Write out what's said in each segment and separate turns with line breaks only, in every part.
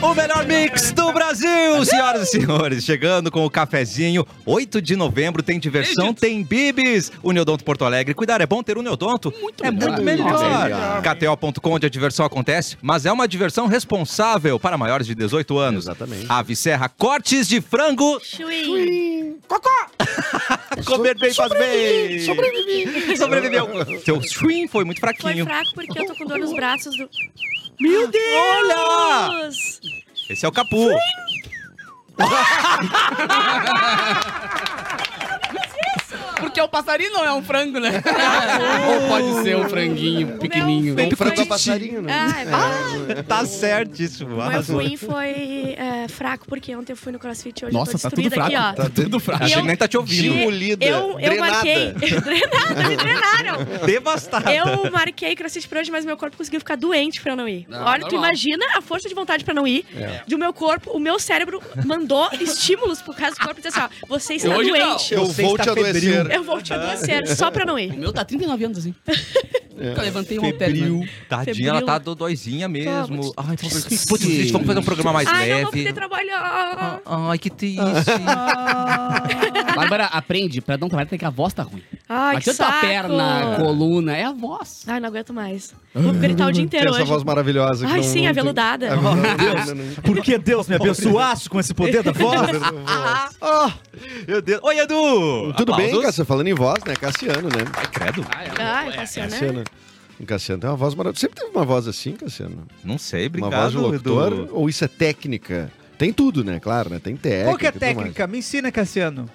O melhor mix do Brasil, senhoras e senhores. Chegando com o cafezinho, 8 de novembro, tem diversão,
Eita.
tem bibis. O Neodonto Porto Alegre. Cuidar é bom ter um Neodonto?
Muito
é
melhor.
muito melhor.
melhor.
KTO.com, onde a diversão acontece, mas é uma diversão responsável para maiores de 18 anos.
Exatamente.
Ave Serra, cortes de frango,
Chui.
comer bem faz bem.
Sobrevivi.
Sobreviveu. Seu swing foi muito
Foi
fraquinho.
fraco porque eu tô com dor nos braços do.
Meu Deus!
Ah!
Olha!
Deus!
Esse é o Capu.
Porque o passarinho não é um frango, né? Ou pode ser um franguinho
Não,
pequenininho. Um
feito
Pra
frango
tua passarinho, né?
Ah, é verdade.
Tá certíssimo.
O meu
arrasou.
ruim foi é, fraco, porque ontem eu fui no crossfit hoje eu tô
Nossa, tá tudo
destruída
fraco.
aqui, ó.
Tá tudo fraco.
A
E
gente
eu-
nem tá te ouvindo.
Demolida.
Eu, eu
drenada.
marquei. Drenada, me drenaram.
Devastado.
Eu marquei crossfit pra hoje, mas meu corpo conseguiu ficar doente pra eu não ir.
Ah,
Olha, tu
normal.
imagina a força de vontade pra não ir
É.
de o meu corpo. O meu cérebro mandou estímulos por causa do corpo dizer assim, ó, você está
Hoje não.
doente.
Eu
Você
vou
está
te adoecer.
febril.
Eu vou te adoecer só pra não
O
ir.
meu tá 39 anos assim. Eu levantei uma
Febril.
perna.
Tadinha,
Febril.
ela tá do doisinha mesmo.
muito
Ai, pobre.
triste.
Putz, gente, vamos fazer um programa mais
Ai, não vou
leve.
poder trabalhar.
Ai, que triste.
Bárbara, aprende. Pra não trabalhar tem que a voz tá ruim.
Ai,
Mas
que
tanto a
saco.
perna, a coluna, é a voz.
Ai, não aguento mais. Vou
Ah.
gritar o dia
Tem
inteiro
essa
hoje.
voz maravilhosa. que
Ai,
não-
sim,
não
a
tem-
veludada.
A veludada, né?
Porque Deus me abençoasse com esse poder da voz.
Ah, Meu Deus. Oi, Edu!
Tudo bem,
Cassiano?
Cassiano? Falando em voz, né? Cassiano, né?
Ai, credo.
Ai, Cassiano, né?
Cassiano. O Cassiano tem uma voz maravilhosa. Sempre teve uma voz assim, Cassiano.
Não sei,
Uma
obrigado,
voz de locutor?
Edu.
Ou isso é técnica? Tem tudo, né? Claro, né? Tem técnica.
Qual que é a
e tudo mais.
técnica? Me ensina, Cassiano.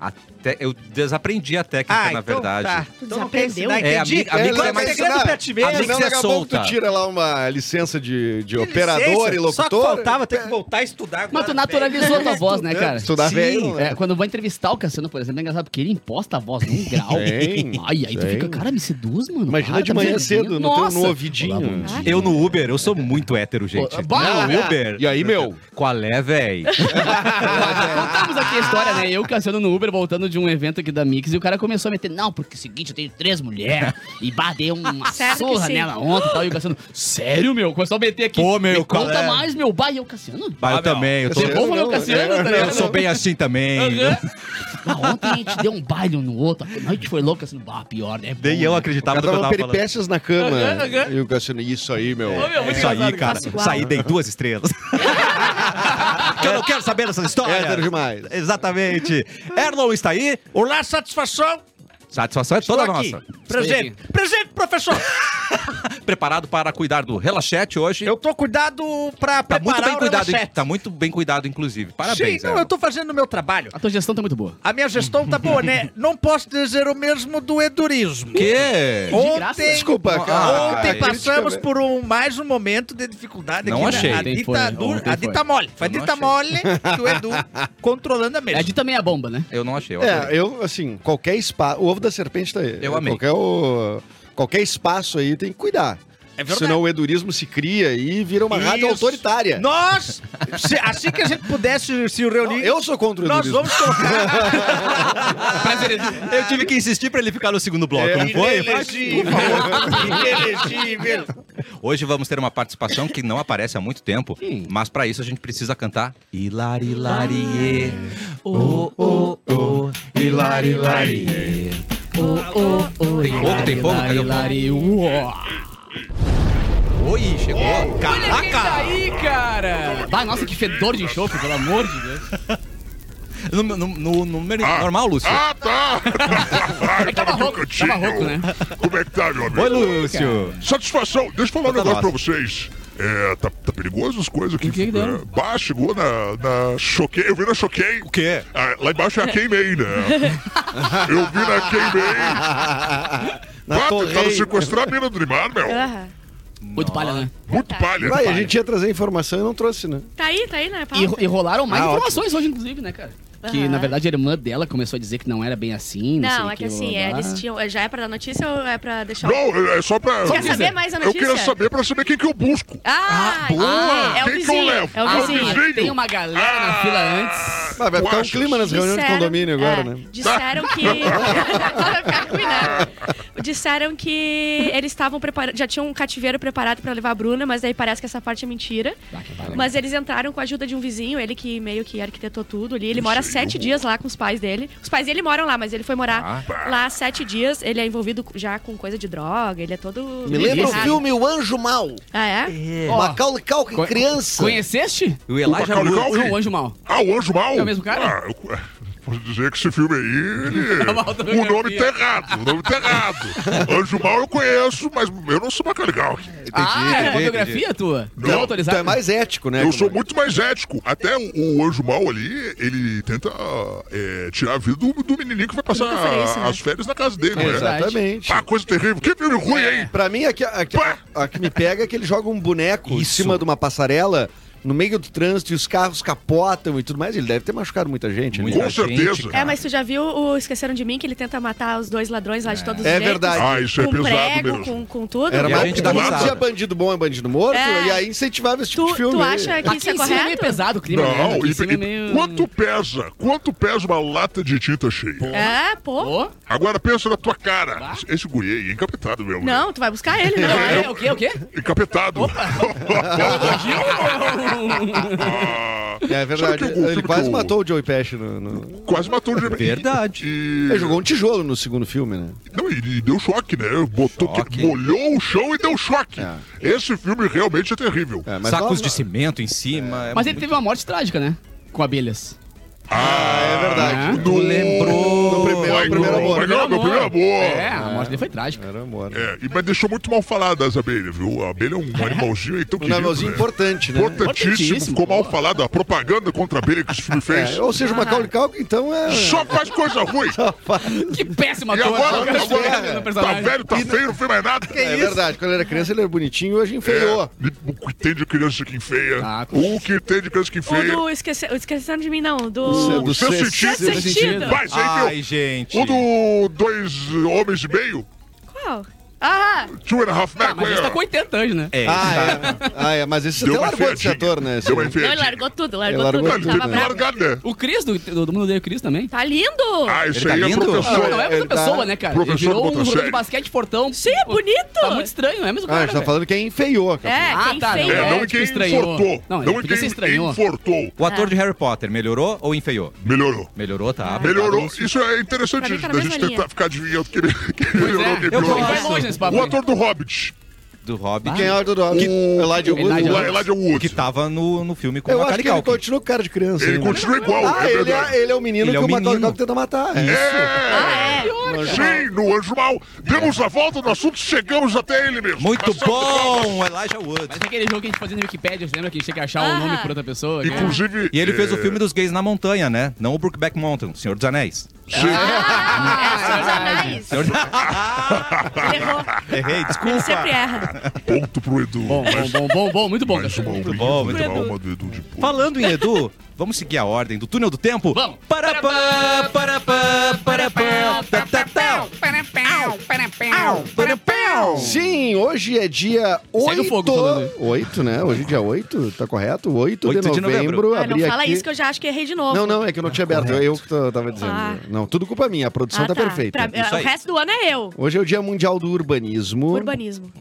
Até eu desaprendi a
Ah,
técnica,
então
na verdade.
tá.
Tu
Então não quer
um
desaprendeu?
ensinar,
É, a
entendi.
mi- a mix
Qual
é
o
mais-
segredo pra te ver?
A mix
Não,
é
daqui a pouco tu
solta.
tira lá uma licença de, de
Que
operador
licença,
e
Só que
locutor. É,
faltava ter
É.
que voltar a estudar.
Mas
agora,
tu
Tá
velho.
naturalizou tua voz, né, cara?
Estudar
Sim,
velho. né?
É, quando eu vou entrevistar o Cassiano, por exemplo, é engraçado porque ele imposta a voz num grau.
Tem,
Ai, aí tu
tem.
fica, cara, me seduz, mano.
Imagina
Para,
de
tá me
manhã
seduzindo.
cedo, no, teu,
Nossa.
no ouvidinho.
bom
Eu no Uber, eu sou muito hétero, gente.
Ô, bah!
no Uber.
E aí, meu?
Qual é, véi?
Contamos aqui a história, né? Eu Cassiano no Uber voltando de um evento aqui da Mix e o cara começou a meter, não, porque é o seguinte, eu tenho três mulheres e badei uma
Sério que
surra
sim?
nela ontem e tal. E o Cassiano, sério, meu? Começou a meter aqui.
Pô, meu,
me
qual
conta
é?
mais, meu. Bah, e eu, Cassiano?
Bah, eu
Ah, meu,
também, eu tô.
Cassiano,
Devolva meu
não,
Cassiano, tá
Eu
ligado?
sou bem assim também.
Ah, ontem a gente deu um baile um no outro, a noite foi louca, assim, bah, pior, né?
Nem eu
Bom, né?
acreditava
Eu
no que eu
tava
tava falando.
peripécias na cama.
Aham, aham.
E o Cassiano, isso aí, meu.
É
meu, muito
Isso aí,
engraçado,
cara.
Faço igual.
Saí, dei duas estrelas. Que eu não quero saber dessas histórias.
Hétero demais.
Exatamente. Erlon está aí.
Olá, satisfação.
Satisfação é toda
Estou aqui.
nossa.
Presente. Presente, professor.
Preparado para cuidar do relaxete hoje.
Eu tô cuidado pra
Tá muito
preparar
bem
o
cuidado,
relaxete.
tá muito bem cuidado, inclusive. Parabéns, é.
Sim, não,
Erlon.
eu tô fazendo o meu trabalho.
A tua gestão tá muito boa.
A minha gestão tá boa, né? Não posso dizer o mesmo do edurismo.
Que?
graça?
Ontem,
Desculpa, cara.
Ah,
ontem
cara,
passamos
crítica,
por um, mais um momento de dificuldade
Não
aqui. né?
achei.
A
Ontem
dita,
foi,
dura-
ontem
a
foi.
dita mole. Foi a
Eu não
dita
achei.
mole do Edu controlando a mesa.
É de também a bomba, né?
Eu não achei. Eu adorei.
É, eu, assim, qualquer espaço. O ovo da serpente tá aí.
Eu amei.
Qualquer, o- qualquer espaço aí tem que cuidar.
É verdade.
Senão o edurismo se cria e vira uma rádio
Isso.
autoritária.
Nós, se- assim que a gente pudesse se reunir,
eu sou contra o
nós
edurismo.
vamos colocar...
Eu tive que insistir pra ele ficar no segundo bloco,
É,
não foi?
Inelegível. Inelegível.
Hoje vamos ter uma participação que não aparece há muito tempo,
Sim.
mas pra isso a gente precisa cantar Hilari Larie. Oh, oh, oh, Hilari Larie.
Oh, oh, tem
pouco, tem pouco, cadê o pouco? Oi, chegou. Caraca!
tá aí, cara! Vai, nossa, que fedor de enxofre, pelo amor de Deus.
No, no, no- no número normal, Lúcio.
Ah, tá!
É que tava rouco, tava rouco, né?
Como é que tá, meu amigo?
Oi, Lúcio.
Satisfação! Deixa eu falar um
Conta
negócio pra
nós.
vocês. É, tá, tá perigoso as coisas aqui.
que que deu?
É, bah, chegou na, na Choquei. Eu vi na Choquei. O
quê?
lá embaixo é a Queimei, né? eu vi na Queimei.
Na
Bah, tentaram
torre.
sequestrar a mina do Limar, meu.
Aham.
Muito palha, né?
Muito palha.
Vai, a gente ia trazer informação e não trouxe, né?
Tá aí, tá aí, né? Paulo?
E, e rolaram mais
Ah, ótimo.
informações hoje, inclusive, né, cara? Que,
Aham.
na verdade, a irmã dela começou a dizer que não era bem assim, não, sei Ah.
Não,
o
é que
blá,
assim,
blá,
é,
blá.
eles tinham. Já é pra dar notícia ou é pra deixar. o-
Não, é, é só pra.
Quer saber mais a
Eu
notícia?
queria saber pra saber quem que eu busco.
Ah,
boa!
entendi. é o
Quem que eu
vizinho.
levo?
É o
Ah,
vizinho.
vizinho.
Tem uma galera na fila antes.
Ah, vai ficar um
Guaxas.
clima nas reuniões de
é,
né?
né?
Disseram-
condomínio agora,
é,
né?
Disseram que. Vai ficar ruim, né? disseram que eles estavam preparados, já tinham um cativeiro preparado pra levar a Bruna, mas daí parece que essa parte é mentira. Mas eles entraram com a ajuda de um vizinho, ele que meio que arquitetou tudo ali. Ele mora sete dias lá com os pais dele. Os pais dele moram lá, mas ele foi morar lá sete dias. Ele é envolvido já com coisa de droga, ele é todo.
Me lembra o
errado.
filme O Anjo Mal.
Ah, é?
Ó,
Macaulay Culkin,
co-
criança.
Conheceste?
O é Elijah
Macaulay
Wood.
Culkin.
Não, o Anjo Mal.
Ah, o Anjo Mal?
É o mesmo cara?
Ah, eu cu- posso dizer que esse filme aí, ele...
É uma
o nome
autobiografia.
tá errado, o nome tá errado. Anjo Mal eu conheço, mas eu não sou Macaulay Culkin.
ah, é uma
entendi,
biografia tua?
Não,
Não
Tu
autorizado?
é mais ético, né?
Eu sou
Camargo?
muito mais ético. Até o, o Anjo Mal ali, ele tenta é, tirar a vida do, do menininho que vai passar
nunca falei isso, né?
as férias na casa dele, né?
Exato.
é? Exatamente.
Ah, coisa terrível. Que filme ruim, hein?
Pra mim, a que, a que-
Pá!
a que me pega é que ele joga um boneco em
Isso.
cima de uma passarela, no meio do trânsito, e os carros capotam e tudo mais. Ele deve ter machucado muita gente. né?
Muita
Com
gente,
certeza.
É, mas tu já viu o Esqueceram de Mim, que ele tenta matar os dois ladrões lá de todos os
É
jeitos?
verdade.
Ah, isso é
com um
pesado
prego,
mesmo.
com, com tudo.
Era
E a
mais
gente dá
lá
risada.
tinha bandido bom e bandido morto,
É.
e aí incentivava esse tipo
Tu,
de filme.
tu acha que
Aqui
isso é
em cima é meio
correto?
pesado o clima, né?
Não,
Aqui
e,
em cima é
e
meio...
quanto pesa? Quanto pesa uma lata de tinta cheia?
É, pô.
Ô,
Agora pensa na tua cara. Esse guri aí, é encapetado mesmo.
Não, tu vai buscar ele, não.
é,
é?
o quê, o quê?
Encapetado. Ah,
É
Sabe
verdade.
que o filme
Ele quase
que o-
matou o Joey Pesci no... no-
Quase matou o Jimmy.
Verdade.
E,
Ele jogou um tijolo no segundo filme, né?
não, e, e deu choque, né? Botou, que-
Choque.
molhou o chão e deu choque. Esse filme realmente é terrível.
É, mas
Sacos
nós-
de cimento em cima. é
Mas ele teve uma morte trágica, né? Com abelhas.
Ah,
É verdade.
Ah.
Tu lembrou.
No primeiro,
Ai,
no primeiro
não,
amor.
mas não, meu primeiro amor.
É, a morte dele foi trágica.
Era amor. né?
É, e- mas deixou muito mal falado das abelhas, viu? A abelha é um animalzinho aí tão
Um
querido,
animalzinho
né?
importante, né?
Importantíssimo,
Importantíssimo,
ficou mal
pô.
falado a propaganda contra a abelha que esse filme fez.
É, ou seja, o Macaulay Culkin, então, é...
Só faz coisa ruim.
Que péssima
E agora,
atuação,
agora,
né,
cara, no
tá
personagem.
velho, tá feio, não fez mais nada.
É verdade, quando ele era criança ele era bonitinho, hoje enfeiou.
É, o que tem de criança que enfeia.
Ah, com
o que tem de criança que
O
enfeia.
do esquece... o Esquecendo de Mim, não. o
Seu-
Do...
do
seu
sexto-
sentido.
Sexto Sentido.
Vai, isso aí,
Ai,
viu?
gente.
O do dois homens e meio,
Qual? Ah,
two and a half men,
Ah, mas
é,
ele tá com 80 anos, né?
É,
Ah, é. ah, é. Mas esse até
uma
largou esse
enfiadinha.
ator,
deu uma
né? Esse-
não, ele
enfiadinha.
largou tudo, largou,
Ele largou
Ah,
tudo.
ele
Tava
teve
tudo,
que
né?
bravo.
largar, né?
O Cris, do, do, do Mundo Odeia o Cris também.
Tá lindo!
Ah,
Ele
isso
tá
aí é
lindo?
Não,
professor.
não é a
ele
mesma
tá-
pessoa, né, cara?
Professor
Ele virou
do
um jogador
Botafogo.
de basquete fortão.
Sim, é bonito!
Tá muito estranho, é mesmo
Ah, a
cara,
gente tá
velho.
falando que é enfeiou. cara.
É,
Ah,
quem
tá,
fez.
não
É,
é,
não em
tipo,
quem
estranhou.
enfortou.
Não, ele
Não em
podia ser
quem
estranhou.
enfortou.
é.
O
Ah.
ator de Harry Potter melhorou ou enfeiou?
Melhorou.
Melhorou, tá.
Melhorou.
Obrigado.
Isso é
Pra
interessante
mim tá na
da
mesma
gente tentar
linha.
ficar adivinhando que ele, que ele
Pois
melhorou,
é,
que ele
eu vou-
piorou.
vai longe nesse papo né?
O
aí.
ator do Hobbit,
Do Hobbit.
Quem é o do Rock? Elijah Wood.
Elijah
o
Wood.
Elijah Wood.
Que tá- tava no, no filme com o
Eu acho
Macaulay
que ele
Culkin.
continua com cara de criança.
Ele
ainda.
continua igual,
Ah,
é
ele
verdade.
é, ele é o
Ele
menino
é
que
o
o Macaulay
menino.
Culkin tenta matar.
É!
Ah, é.
Sim, no Anjo Mal. Demos a volta no assunto, chegamos até ele mesmo.
Muito
Passamos palmas.
bom, Elijah Wood.
Mas é aquele jogo que a gente fazia na Wikipedia, você lembra que a gente tinha que achar o
Ah.
nome por outra pessoa? né? cara?
Inclusive.
E ele fez
é,
o filme dos gays na montanha, né? Não o Brookback Mountain, Senhor dos Anéis.
Ah, é, são os anais. Ele errou.
Errei,
Ele
desculpa.
sempre erra.
um Ponto pro Edu.
Bom, bom, bom, bom, bom, muito bom.
Mas
cara.
uma muito
bom,
bom,
muito
da
bom.
alma do Edu de porco.
Falando em Edu, vamos seguir a ordem do túnel do tempo?
Vamos.
Para pá, para pá, para pá, tá, tá, tá.
Sim, hoje é dia 8.
Segue o fogo falando
8, né? Hoje é dia 8, tá correto? 8,
Oito
de
de
novembro.
novembro. Tá
Ah, não
abri
fala
aqui.
isso que eu já acho que errei de novo.
Não, não, é que eu não tinha aberto. Eu que tô- tava dizendo.
Ah.
Não, tudo culpa minha, a produção
Ah,
tá, perfeita.
Pra-
Isso aí.
O resto do ano é eu.
Hoje é o Dia Mundial do Urbanismo.
Urbanismo.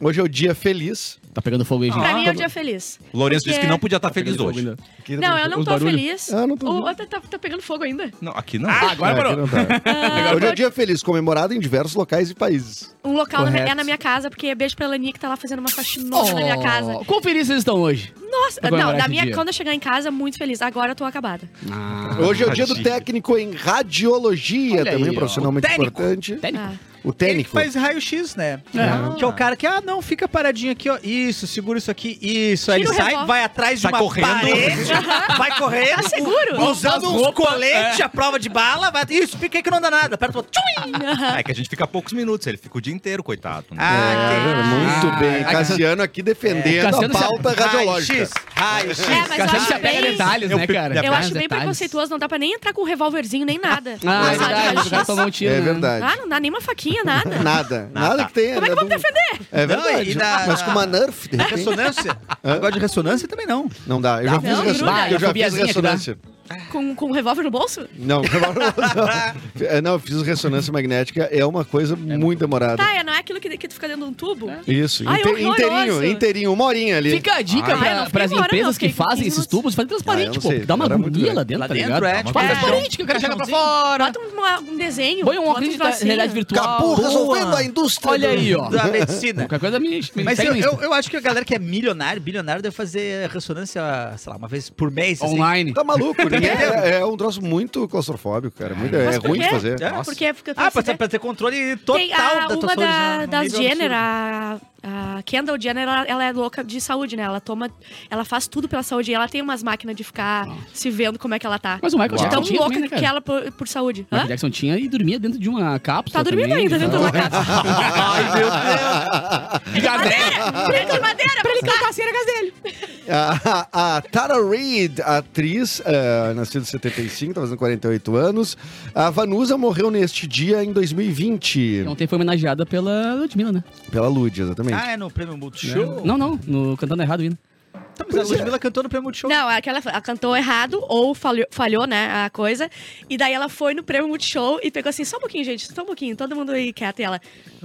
Hoje é o Dia Feliz.
Tá pegando fogo aí, gente.
Pra mim é um dia feliz.
O Lourenço disse
Porque-
que não podia estar
Tá pegando
feliz
fogo
hoje.
ainda.
Não, eu não
Os
tô
barulhos.
feliz.
Ah, não tô
O
vendo.
outro tá, tá pegando fogo ainda.
Não, aqui não.
Ah, agora
É,
parou.
aqui não tá.
Ah,
Hoje é o Dia Feliz, comemorado em diversos locais e países.
um local na-
Correto.
é na minha casa, porque beijo pra Laninha que tá lá fazendo uma faxinona na minha casa.
Oh, Quão felizes vocês estão hoje?
Nossa,
Pra
não,
comemorar
da
esse
minha,
dia.
quando eu chegar em casa, muito feliz. Agora eu tô acabada. Ah.
Ah,
Hoje é o dia do
Tadinho.
técnico em radiologia,
Olha
também
aí, ó.
profissionalmente
O técnico.
é importante.
Técnico.
Ah.
O
Ele
técnico.
que faz raio-x, né? Que é o cara que, ah, não, fica paradinho aqui, ó. Isso, segura isso aqui, isso. Aí
Tira
ele
o
sai,
revólver.
vai atrás de
Sai
uma
correndo.
parede, vai correndo.
Tá seguro?
u- Usando
As
uns
roupas,
coletes, à prova de bala. Vai, isso, fica aí que não dá nada. Aperta o botão, tchui.
É que a gente fica poucos minutos, ele fica o dia inteiro, coitado. né?
Ah,
Tá é. Muito bem, Cassiano aqui defendendo
Cassiano
a
se-
pauta
que
radiológica.
raio-x, raio-x.
É, mas eu
Cassiano
acho
se apega a
bem-
detalhes, né, cara?
Eu
Vários
acho bem
detalhes.
preconceituoso, não dá pra nem entrar com um revólverzinho nem nada.
Ah,
Na sala
é
de
verdade. O
raio-x.
cara tomou um tiro,
É
né?
verdade.
Ah, não dá nenhuma faquinha, nada.
Nada, nada, que tenha.
Ah. Como é que
né,
vamos defender?
É
Não,
verdade.
e da-
Mas com uma Nerf, de repente.
Ressonância? Negócio de ressonância também não.
Não dá. Eu já
Dá,
fiz,
não,
ressonância.
gruda.
eu já fiz
Fobiazinha que dá.
ressonância.
Com, com um revólver no bolso?
Não, não. É, não, eu fiz ressonância magnética, é uma coisa muito demorada.
Tá, é, não é aquilo que, que tu fica dentro de um tubo?
Isso,
Ai,
inte-
horroroso.
inteirinho, inteirinho, uma horinha ali.
Fica a dica
Ah, eu não
pra,
fiquei
pras
embora,
empresas
não,
que
fiquei
fazem
15
esses tubos, faz
Ah, eu
transparente,
não
pô.
sei,
Dá uma
era muito
agonia lá
grande.
dentro,
Lá
tá
dentro,
ligado?
é,
Dá uma
tipo,
transparente que o cara joga pra fora.
Bota um, um desenho.
Põe um
bota
óculos de
tracinho.
realidade virtual.
Capu
Boa.
resolvendo a indústria
Olha
do-
aí, ó.
Da medicina.
Qualquer coisa me, me
Mas
segue
eu,
no Insta.
eu, eu acho que a galera que é milionário, bilionário, deve fazer ressonância, sei lá, uma vez por mês. assim.
Online.
Tá maluco? ninguém- é, é um troço muito claustrofóbico, cara. muito- é
Mas por
ruim de
quê?
fazer.
É?
É, porque fica
Ah, pra
se
ter,
der-
pra ter controle total
Tem
da
a,
tua
uma
saúde,
da-
né? Um
das
nível
Jenner,
absurdo.
a, a Kendall Jenner, ela, ela é louca de saúde, né? Ela toma, ela faz tudo pela saúde e ela tem umas máquinas de ficar se vendo como é que ela tá.
Mas o Michael
De
Jackson
tão
tinha
louca
também, né,
que
cara?
ela por, por saúde. Hã?
Michael Jackson tinha e dormia dentro de uma cápsula
Tá dormindo
também,
ainda
né?
dentro da casa.
Ai, meu Deus.
Madeira! É de madeira! Pra ele cantar assim na casa dele.
A, a- a Tara Reid, atriz, eh, nascida em 75, tá fazendo 48 anos. A Vanusa morreu neste dia em 2020.
Ontem foi homenageada pela Ludmilla, né?
Pela Lud, exatamente.
Ah, é no Prêmio Multishow?
Não, não, no Cantando Errado ainda.
Tá, mas a Ludmilla cantou no Prêmio Multishow.
Não, aquela ela cantou errado ou falhou, falhou, né, a coisa. E daí ela foi no prêmio Multishow e pegou assim, só um pouquinho, gente, só um pouquinho. Todo mundo aí quieto. E ela,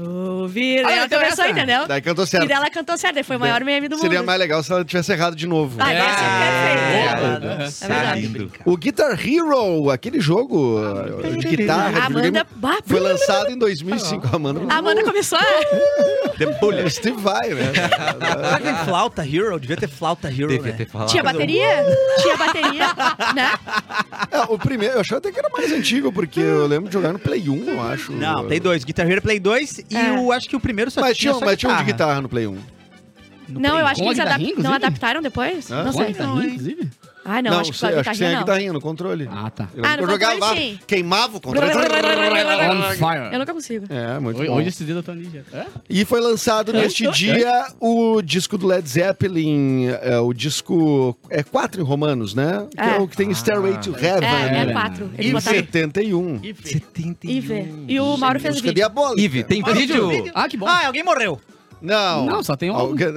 ouvir.
Ah,
Daí ela
então
começou,
essa.
entendeu?
Daí cantou
E
certo.
daí ela cantou certo. Daí foi o maior meme do mundo.
Seria mais legal se ela tivesse errado de novo.
Ah, deve ser perfeito.
É verdade.
O Guitar Hero, aquele jogo eh, de guitarra,
A
de videogame,
Amanda. bah,
foi lançado em 2005. A Amanda
A Amanda começou "Ah, a.
O Steve vai, né?
Será que tem flauta hero? Devia ter flauta hero,
Devia
né?
ter falado.
Tinha bateria? Tinha bateria, né?
É, o primeiro, eu achava até que era mais antigo, porque eu lembro de jogar no Play 1, eu acho.
Não, tem dois. Guitar Hero Play 2 e
É.
o, acho que o primeiro só
Mas
tinha
tinha,
só
mas tinha um de
guitarra.
guitarra no Play 1.
No
Não,
Play
eu acho que
Com a
eles adap-
guitarrinha,
não
inclusive?
adaptaram depois.
Hã?
Não
Olha,
sei.
tá rindo, inclusive.
Ai, não, acho que
sei,
foi a
tinha a
guitarrinha não.
guitarrinha no controle.
Ah, tá.
Eu
Ah,
lembro
no
que eu jogava,
controle, sim.
queimava o controle.
On
Eu
fire.
nunca consigo.
É, muito
Hoje-
bom.
Hoje esse dedo tá ninja. É?
E foi lançado neste dia o disco do Led Zeppelin, é, o disco é 4 em romanos, né? Que é
É.
o que tem
Ah.
Stairway to Heaven.
É,
né?
é quatro. Eles
Em
botaram
71.
Iver. E o Mauro fez
Música
vídeo.
diabólica.
Ive, tem
Ah,
vídeo?
tem vídeo?
Ah, que bom.
Ah, alguém morreu.
Não.
Não, só tem um.
Alguém,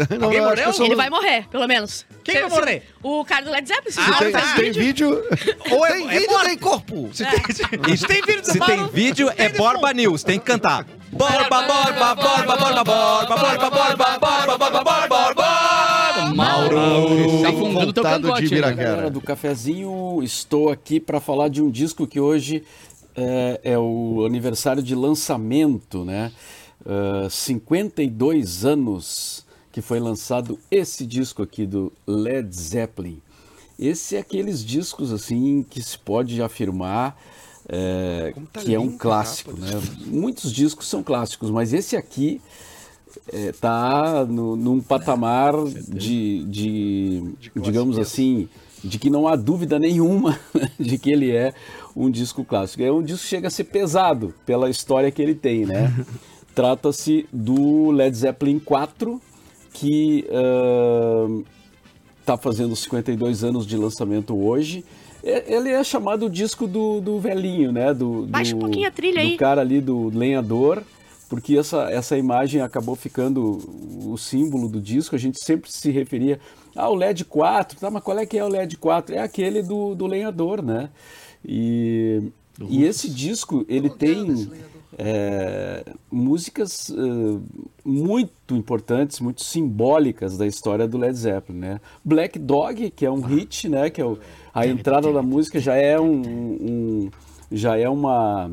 Alguém
não, eu acho que
morreu?
só- um.
Ele vai morrer, pelo menos.
Quem
Se-
vai
se-
morrer?
O cara do Led Zeppelin. se
Ah,
o
Tem,
cara
tá.
fez
tem
vídeo.
vídeo?
Ou é,
Tem
é
vídeo,
morto.
tem corpo.
Se tem, se tem vídeo do
Se tem
Mauro,
vídeo, é
do
Borba News. Tem que cantar. Borba, borba, borba, borba, borba, borba, borba, borba, borba, borba, borba.
Mauro. Tá afundando teu
Vontade de
cangote.
virar
né?
Cara.
Galera do cafezinho, estou aqui para falar de um disco que hoje é, é o aniversário de lançamento, né? Ah, 52 anos que foi lançado esse disco aqui do Led Zeppelin. Esse é aqueles discos assim que se pode afirmar é, que é um clássico, né? Muitos discos são clássicos, mas esse aqui é, tá no- num patamar de, de, digamos assim, de que não há dúvida nenhuma de que ele é um disco clássico. É um disco que chega a ser pesado pela história que ele tem, né? Trata-se do Led Zeppelin 4, que ahn, tá fazendo 52 anos de lançamento hoje. E- Ele é chamado o disco do, do velhinho, né? Do, do-
Baixa um pouquinho a trilha
do
aí.
cara ali do lenhador, porque essa, essa imagem acabou ficando o símbolo do disco. A gente sempre se referia ao LED 4, tá? Mas qual é que é o LED 4? É aquele do, do lenhador, né? E, e esse disco, ele tem é, músicas eh, muito importantes, muito simbólicas da história do Led Zeppelin, né? Black Dog, que é um hit, né? Que é o- a entrada da música já é um- um já é uma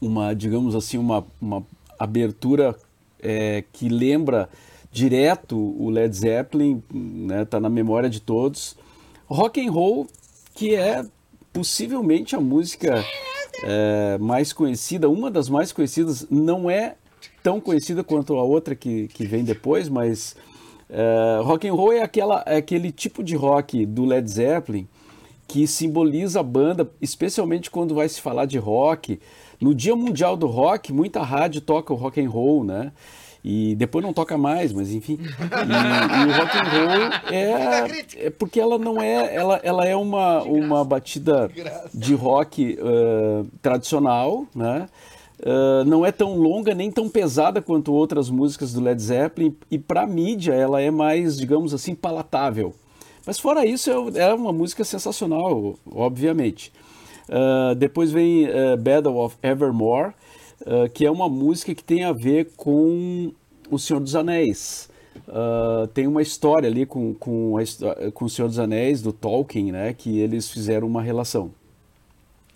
uma, digamos assim, uma, uma abertura é, que lembra direto o Led Zeppelin, né, tá na memória de todos. Rock and Roll, que é possivelmente a música é, mais conhecida, uma das mais conhecidas, não é tão conhecida quanto a outra que, que vem depois, mas é, rock and roll é, aquela, é aquele tipo de rock do Led Zeppelin que simboliza a banda, especialmente quando vai se falar de rock. No Dia Mundial do Rock, muita rádio toca o rock and roll, né? E depois não toca mais, mas enfim. E, e o rock and roll é, é porque ela não é, ela, ela é uma, uma batida de rock eh, tradicional, né? Ah, não é tão longa nem tão pesada quanto outras músicas do Led Zeppelin e para mídia ela é mais, digamos assim, palatável. Mas fora isso, eu- era uma música sensacional, obviamente. Ah, depois vem eh, Battle of Evermore, ah, que é uma música que tem a ver com O Senhor dos Anéis. Ah, tem uma história ali com, com, a histó- com O Senhor dos Anéis, do Tolkien, né, que eles fizeram uma relação.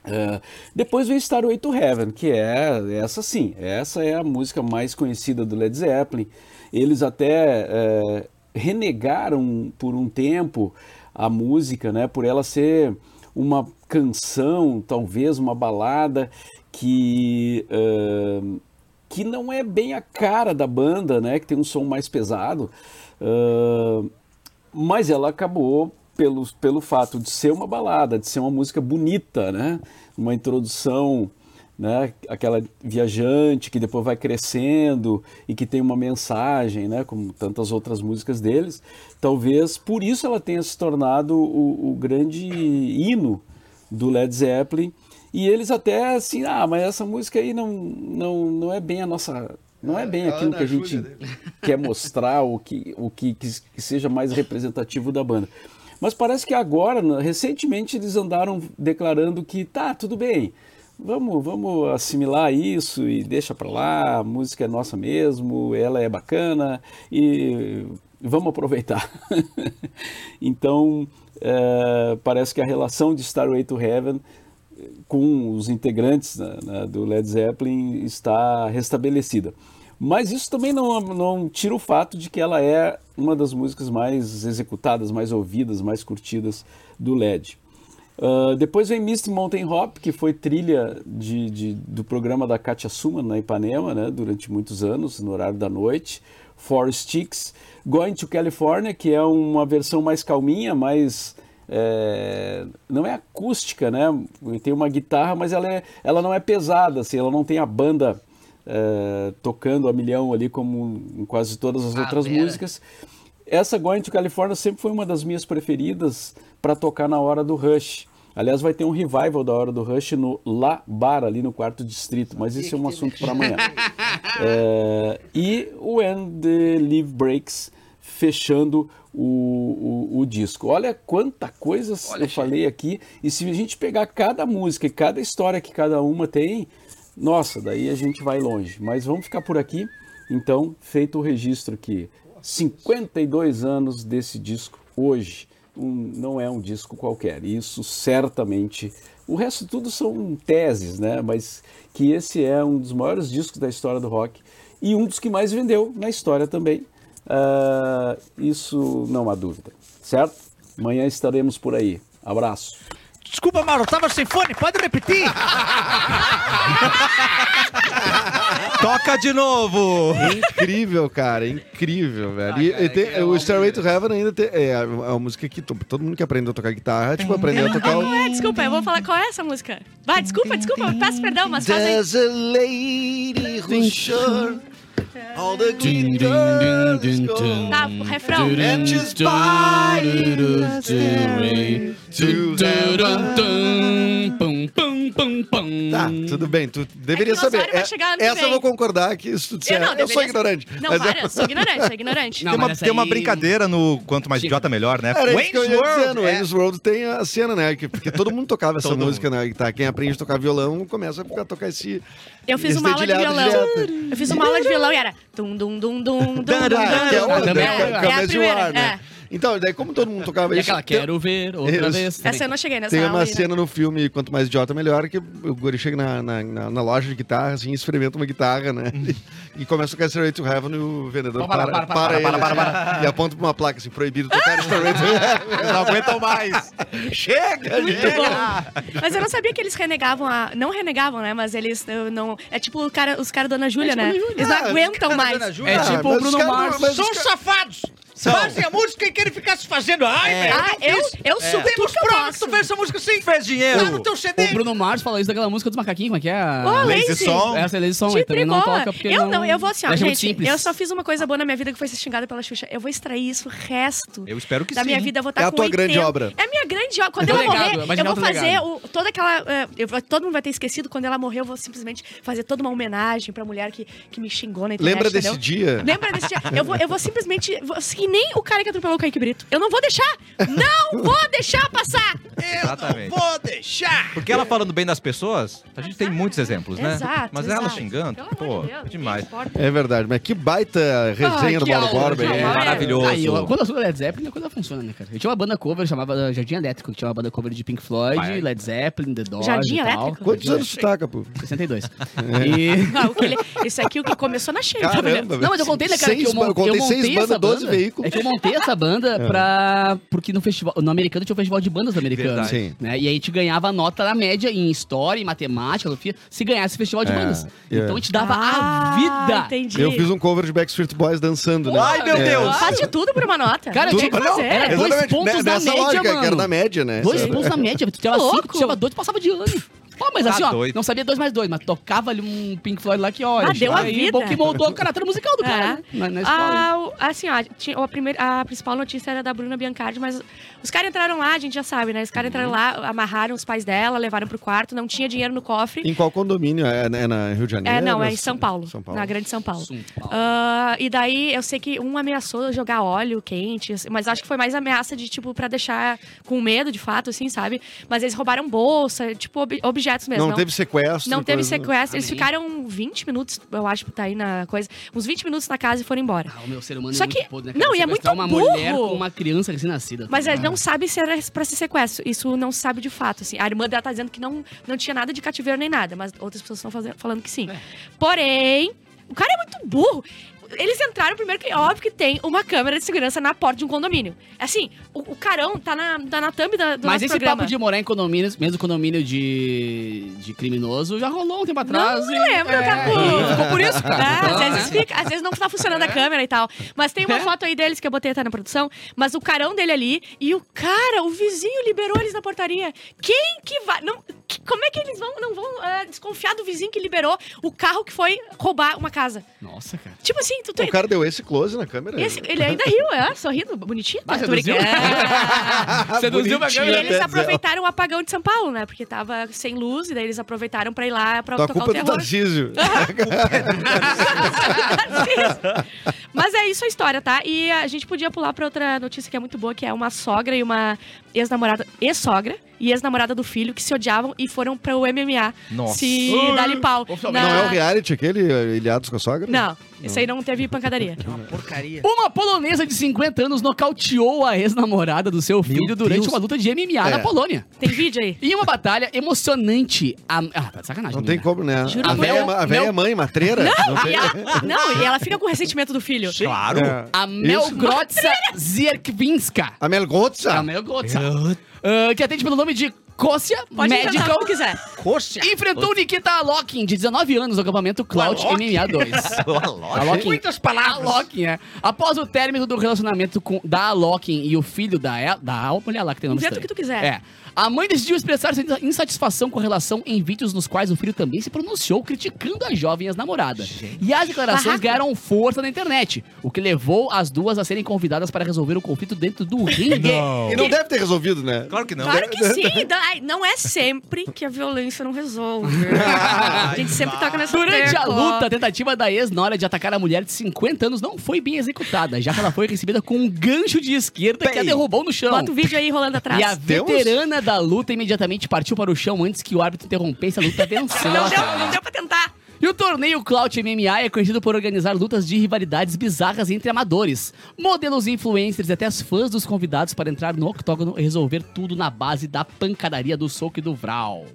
É, depois vem Starway to Heaven, que é essa sim, essa é a música mais conhecida do Led Zeppelin. Eles até é, renegaram por um tempo a música, né, por ela ser uma canção, talvez uma balada que é, que não é bem a cara da banda, né? Que tem um som mais pesado. ah, mas ela acabou pelo, pelo fato de ser uma balada, de ser uma música bonita, né? Uma introdução, né? Aquela viajante que depois vai crescendo e que tem uma mensagem, né? Como tantas outras músicas deles. Talvez por isso ela tenha se tornado o, o grande hino do Led Zeppelin. E eles até assim, ah, mas essa música aí não, não, não é bem a nossa. Não é bem aquilo que a gente quer mostrar, o que, o que, que, que seja mais representativo da banda. Mas parece que agora, na- recentemente, eles andaram declarando que tá, tudo bem, vamos, vamos assimilar isso e deixa pra lá, a música é nossa mesmo, ela é bacana e vamos aproveitar. então, eh, parece que a relação de Starway to Heaven com os integrantes né, né, do Led Zeppelin está restabelecida. Mas isso também não, não tira o fato de que ela é uma das músicas mais executadas, mais ouvidas, mais curtidas do Led. Ah, depois vem Misty Mountain Hop, que foi trilha de- de- do programa da Katia Suman na Ipanema, né, durante muitos anos, no horário da noite. Four Sticks. Going to California, que é uma versão mais calminha, mais. é, não é acústica, né? Tem uma guitarra, mas ela, é, ela não é pesada, assim, ela não tem a banda é, tocando a milhão ali, como um, em quase todas as
Ah,
outras
pera.
músicas. Essa Going to California sempre foi uma das minhas preferidas para tocar na hora do Rush. Aliás, vai ter um revival da hora do Rush no La Bar, ali no quarto distrito, mas isso é um assunto para amanhã. É, e o When the Leave Breaks fechando o, o, o disco. Olha quanta coisa eu falei aqui. E se a gente pegar cada música e cada história que cada uma tem, nossa, daí a gente vai longe. Mas vamos ficar por aqui. Então, feito o registro aqui. 52 anos desse disco hoje. Um- não é um disco qualquer. Isso certamente. O resto tudo são teses, né? Mas que esse é um dos maiores discos da história do rock e um dos que mais vendeu na história também. Ah, isso não há dúvida, certo? Amanhã estaremos por aí. Abraço.
Desculpa, Mauro, tava sem fone, pode repetir?
Toca de novo!
Incrível, cara, incrível, velho. E- e tem- o Stairway to Heaven ainda tem, é a, a música que to- todo mundo que aprendeu a tocar guitarra, tipo, aprendeu a tocar o...
Ué, desculpa, eu vou falar qual é essa música. Vai, desculpa, desculpa, eu peço perdão, mas faz aí.
a lady who sure all the
Tá, o refrão.
And she's buying us away to heaven. Tá, tudo bem, tu deveria
nosso
saber. É,
horário vai chegar ano É que
essa eu
vem.
vou concordar que isso tu disser.
não,
Eu,
deveria
sou
ser-
ignorante.
Não,
mas
para,
é-
eu sou ignorante, sou ignorante.
Não,
tem, uma,
mas
tem uma
aí-
brincadeira no Quanto Mais Idiota Melhor, né?
Era isso que eu ia
World,
dizer, no
é.
Wayne's World tem a cena, né? que- porque todo mundo tocava essa
Todo
música, né? Tá, quem aprende a tocar violão começa a tocar esse.
Eu fiz
esse
uma aula de
dedilhado
violão.
direto.
Eu fiz uma aula de violão e era tum dum dum dum dum. dum,
Ah, que é
dum,
outra,
dum.
também
né?
é,
Com
é
a
a
cabeça de
primeira,
ar, né? Então, daí como todo mundo tocava
E
isso.
aquela,
tem-
quero ver outra
Isso.
vez.
Essa eu não cheguei nessa
Tem
aula
uma
aí, né?
cena no filme Quanto Mais Idiota Melhor, que o guri chega na, na, na- na loja de guitarra, assim, experimenta uma guitarra, né? e começa a tocar Straight to Heaven e o vendedor
Uhum. Para, para,
para, para,
para, para,
ele,
para, para,
assim, e aponta pra uma placa assim, proibido tocar Straight to Heaven.
Não aguentam mais. Chega,
Muito bom. Mas eu não sabia que eles renegavam a. Não renegavam, né? Mas eles eh, não. É tipo o cara, os caras da Dona
É tipo
Júlia, né? Eles não aguentam mais.
É tipo
Ah, mas
o
os
Bruno
caras não-
Mars.
mas os
São safados! Fazem a música e querem ficar se fazendo. Ai, velho!
Ah, eu, eu
É.
subo tudo
Temos
que eu
prova que
posso.
tu fez essa música sim!
Fez dinheiro.
Tá no teu CD!
O Bruno Mars falou isso daquela música dos macaquinhos, como é que é?
Ô,
Lazy
Lazy.
Song.
Essa é a Lady Song,
Ah. Te
também não
brigola.
toca porque
eu não, eu vou assim, ó,
Deixa muito
gente,
simples.
eu só fiz uma coisa boa na minha vida que foi ser xingada pela Xuxa. Eu vou extrair isso o resto
Eu espero que
da
sim.
minha vida. Eu vou estar
É a
com
tua
80.
grande obra.
É a minha grande obra. Quando
Teu
ela
legado,
morrer, eu
imaginar
vou
o teu
fazer
legado.
o, toda aquela... eh, eu vou- todo mundo vai ter esquecido. Quando ela morrer, eu vou simplesmente fazer toda uma homenagem pra mulher que, que me xingou na internet,
Lembra desse
entendeu?
dia?
Lembra desse dia? Eu vou, eu vou simplesmente vou seguir nem o cara que atropelou o Kaique Brito. Eu não vou deixar! Não vou deixar passar!
Exatamente.
Vou deixar!
Porque ela falando bem das pessoas, a gente tem muitos exemplos, né?
Exato,
Mas ela
exato.
xingando,
Pelo
pô,
amor de Deus,
é demais.
quem importa?
É verdade, mas que baita
Ah,
resenha do
que
Mauro
aula,
Borba. é.
que
hein?
aula.
Maravilhoso.
Aí, ó, quando o assunto é Led Zeppelin, a coisa funciona, né, cara? Eu tinha uma banda cover, chamava eh, Jardim Elétrico, que tinha uma banda cover de Pink Floyd,
Vai.
Led Zeppelin, The Doors
Jardim
e tal.
Elétrico?
Quantos
Jardim
anos tu tá, Capu?
Elétrico, 62. e...
Ah, o que ele- Esse aqui é o que começou na cheia.
Caramba,
tá vendo?
velho.
Não, mas eu contei, né, cara,
Seis
que eu, mon-
ban- eu contei
eu montei
seis bandas,
essa
12
banda.
veículos.
É que eu montei essa banda pra... Porque no festival... No americano tinha o festival de bandas americanas.
Verdade. Sim.
Né? E aí a gente ganhava nota na média em história, em matemática, filosofia, se ganhasse o festival de
É,
bandas.
é.
Então a gente dava
Ah,
a vida.
Entendi.
Eu fiz um cover de Backstreet Boys dançando, né?
Ai, meu
É.
Deus!
Faz de tudo por uma nota.
Cara,
Não
eu
tinha
tinha-
que fazer.
era dois
Exatamente,
pontos
né?
da
Nessa
média,
lógica,
mano.
que era da média, né?
Dois
Essa-
pontos na média. Tu tirava
Louco.
cinco, tu tirava dois, tu passava de ano. Ó, mas
Tá
assim, ó,
doido.
não sabia dois mais dois, mas tocava ali um Pink Floyd lá que, olha,
Ah, deu a
aí,
vida.
bom que moldou o caráter musical do cara,
É.
né? na, na escola. né?
Ah, o- assim, ó, tinha- a, primeira, a principal notícia era da Bruna Biancardi, mas os caras entraram lá, a gente já sabe, né? Os caras entraram lá, amarraram os pais dela, levaram pro quarto, não tinha dinheiro no cofre.
Em qual condomínio? É, é na Rio de Janeiro?
É, não, é em São Paulo,
São Paulo.
na Grande São Paulo.
Sum, pau.
Ah, e daí eu sei que um ameaçou jogar óleo quente, assim, mas acho que foi mais ameaça de, tipo, pra deixar com medo, de fato, assim, sabe? Mas eles roubaram bolsa, tipo, ob- objetos mesmo.
Não teve sequestro.
Não teve
coisa- né?
sequestro. Eles
Amém.
ficaram 20 minutos, eu acho, tá aí na coisa. Uns 20 minutos na casa e foram embora.
Ah, o meu ser humano
Só
é
que-
muito podre, né?
não,
Cara,
e é
sequestrar
muito
uma
burro.
mulher com uma criança recém-nascida.
Mas
é
eles não sabem se era pra ser sequestro. Isso não se sabe de fato, assim. A irmã dela tá dizendo que não, não tinha nada de cativeiro nem nada, mas outras pessoas estão faze- falando que
É.
sim. Porém, o cara é muito burro. Eles entraram primeiro que óbvio que tem uma câmera de segurança na porta de um condomínio. Assim, o, o carão tá na, tá na thumb da, do
Mas
nosso
esse
programa.
papo de morar em condomínios, mesmo condomínio de, de criminoso, já rolou um tempo atrás.
Não
e-
lembro,
é,
Capu.
e ficou por isso, cara.
Ah,
Então,
às, vezes
né?
fica- às vezes não tá funcionando a câmera e tal. Mas tem uma
É.
foto aí deles que eu botei até na produção. Mas o carão dele ali e o cara, o vizinho liberou eles na portaria. Quem que vai. Não, que- como é que eles vão, não vão ah, desconfiar do vizinho que liberou o carro que foi roubar uma casa?
Nossa, cara.
Tipo assim, tu
Pô,
tem.
O cara deu esse close na câmera.
Esse- ele ainda riu, é, sorrindo, bonitinho.
Mas é
tá? Tô
seduziu?
brincando.
Seduziu pra
Bonitinho,
E
câmera.
né?
eles aproveitaram o apagão de São Paulo, né? Porque tava sem luz, e daí eles aproveitaram pra ir lá pra
Tua
tocar
culpa
o
é do
terror.
Tarcísio.
Isso. Mas é isso a história, tá? E a gente podia pular pra outra notícia que é muito boa, que é uma sogra e uma ex-namorada, ex-sogra e ex-namorada do filho que se odiavam e foram pro MMA
Nossa.
se dar-lhe pau.
Oficialmente.
Na-
Não é o reality aquele, eh, Ilhados com a Sogra?
Não, esse aí não teve pancadaria.
Porcaria.
Uma polonesa de 50 anos nocauteou a ex-namorada do seu filho durante
Deus.
uma luta de MMA na
É.
Polônia.
Tem vídeo aí?
Em uma batalha emocionante. A... Ah, tá de sacanagem.
Não
né?
tem como, né?
Juro
A
por
velha
Deus.
a velha
Não.
mãe, matreira. Não,
E ela- não, e ela fica com ressentimento do filho.
Claro.
É.
A Mel
Isso.
Grotza Zierkwinska.
A Melgotza.
A Mel Grotza. Ah, que atende pelo nome de Kossia
Pode inventar
Medical.
o que quiser.
Coxa.
Enfrentou Nikita Alokin, de 19 anos, no acampamento Cloud MMA2. Alokin. Muitas palavras. Alokin, é. Após o término do relacionamento com, da Alokin e o filho da El, da Al- olha lá que tem nome
Inventa o
estranho.
que tu quiser.
É. A mãe decidiu expressar sua insatisfação com a relação em vídeos nos quais o filho também se pronunciou criticando a jovem e as namoradas. E as declarações
Barraco.
ganharam força na internet, o que levou as duas a serem convidadas para resolver o conflito dentro do ringue.
E não deve ter resolvido, né?
Claro que não.
Claro que sim. da- ai, Não é sempre que a violência não resolve. A gente sempre toca nessa
Durante a
tecla.
luta, a tentativa da ex-nora de atacar a mulher de 50 anos não foi bem executada, já que ela foi recebida com um gancho de esquerda que a derrubou no chão.
Bota o vídeo aí rolando atrás.
E a
Deus.
veterana da luta imediatamente partiu para o chão antes que o árbitro interrompesse a luta vencendo.
Não
ela.
deu, não deu pra tentar.
E o torneio Clout MMA é conhecido por organizar lutas de rivalidades bizarras entre amadores, modelos influencers e até os fãs dos convidados para entrar no octógono e resolver tudo na base da pancadaria do soco e do vral.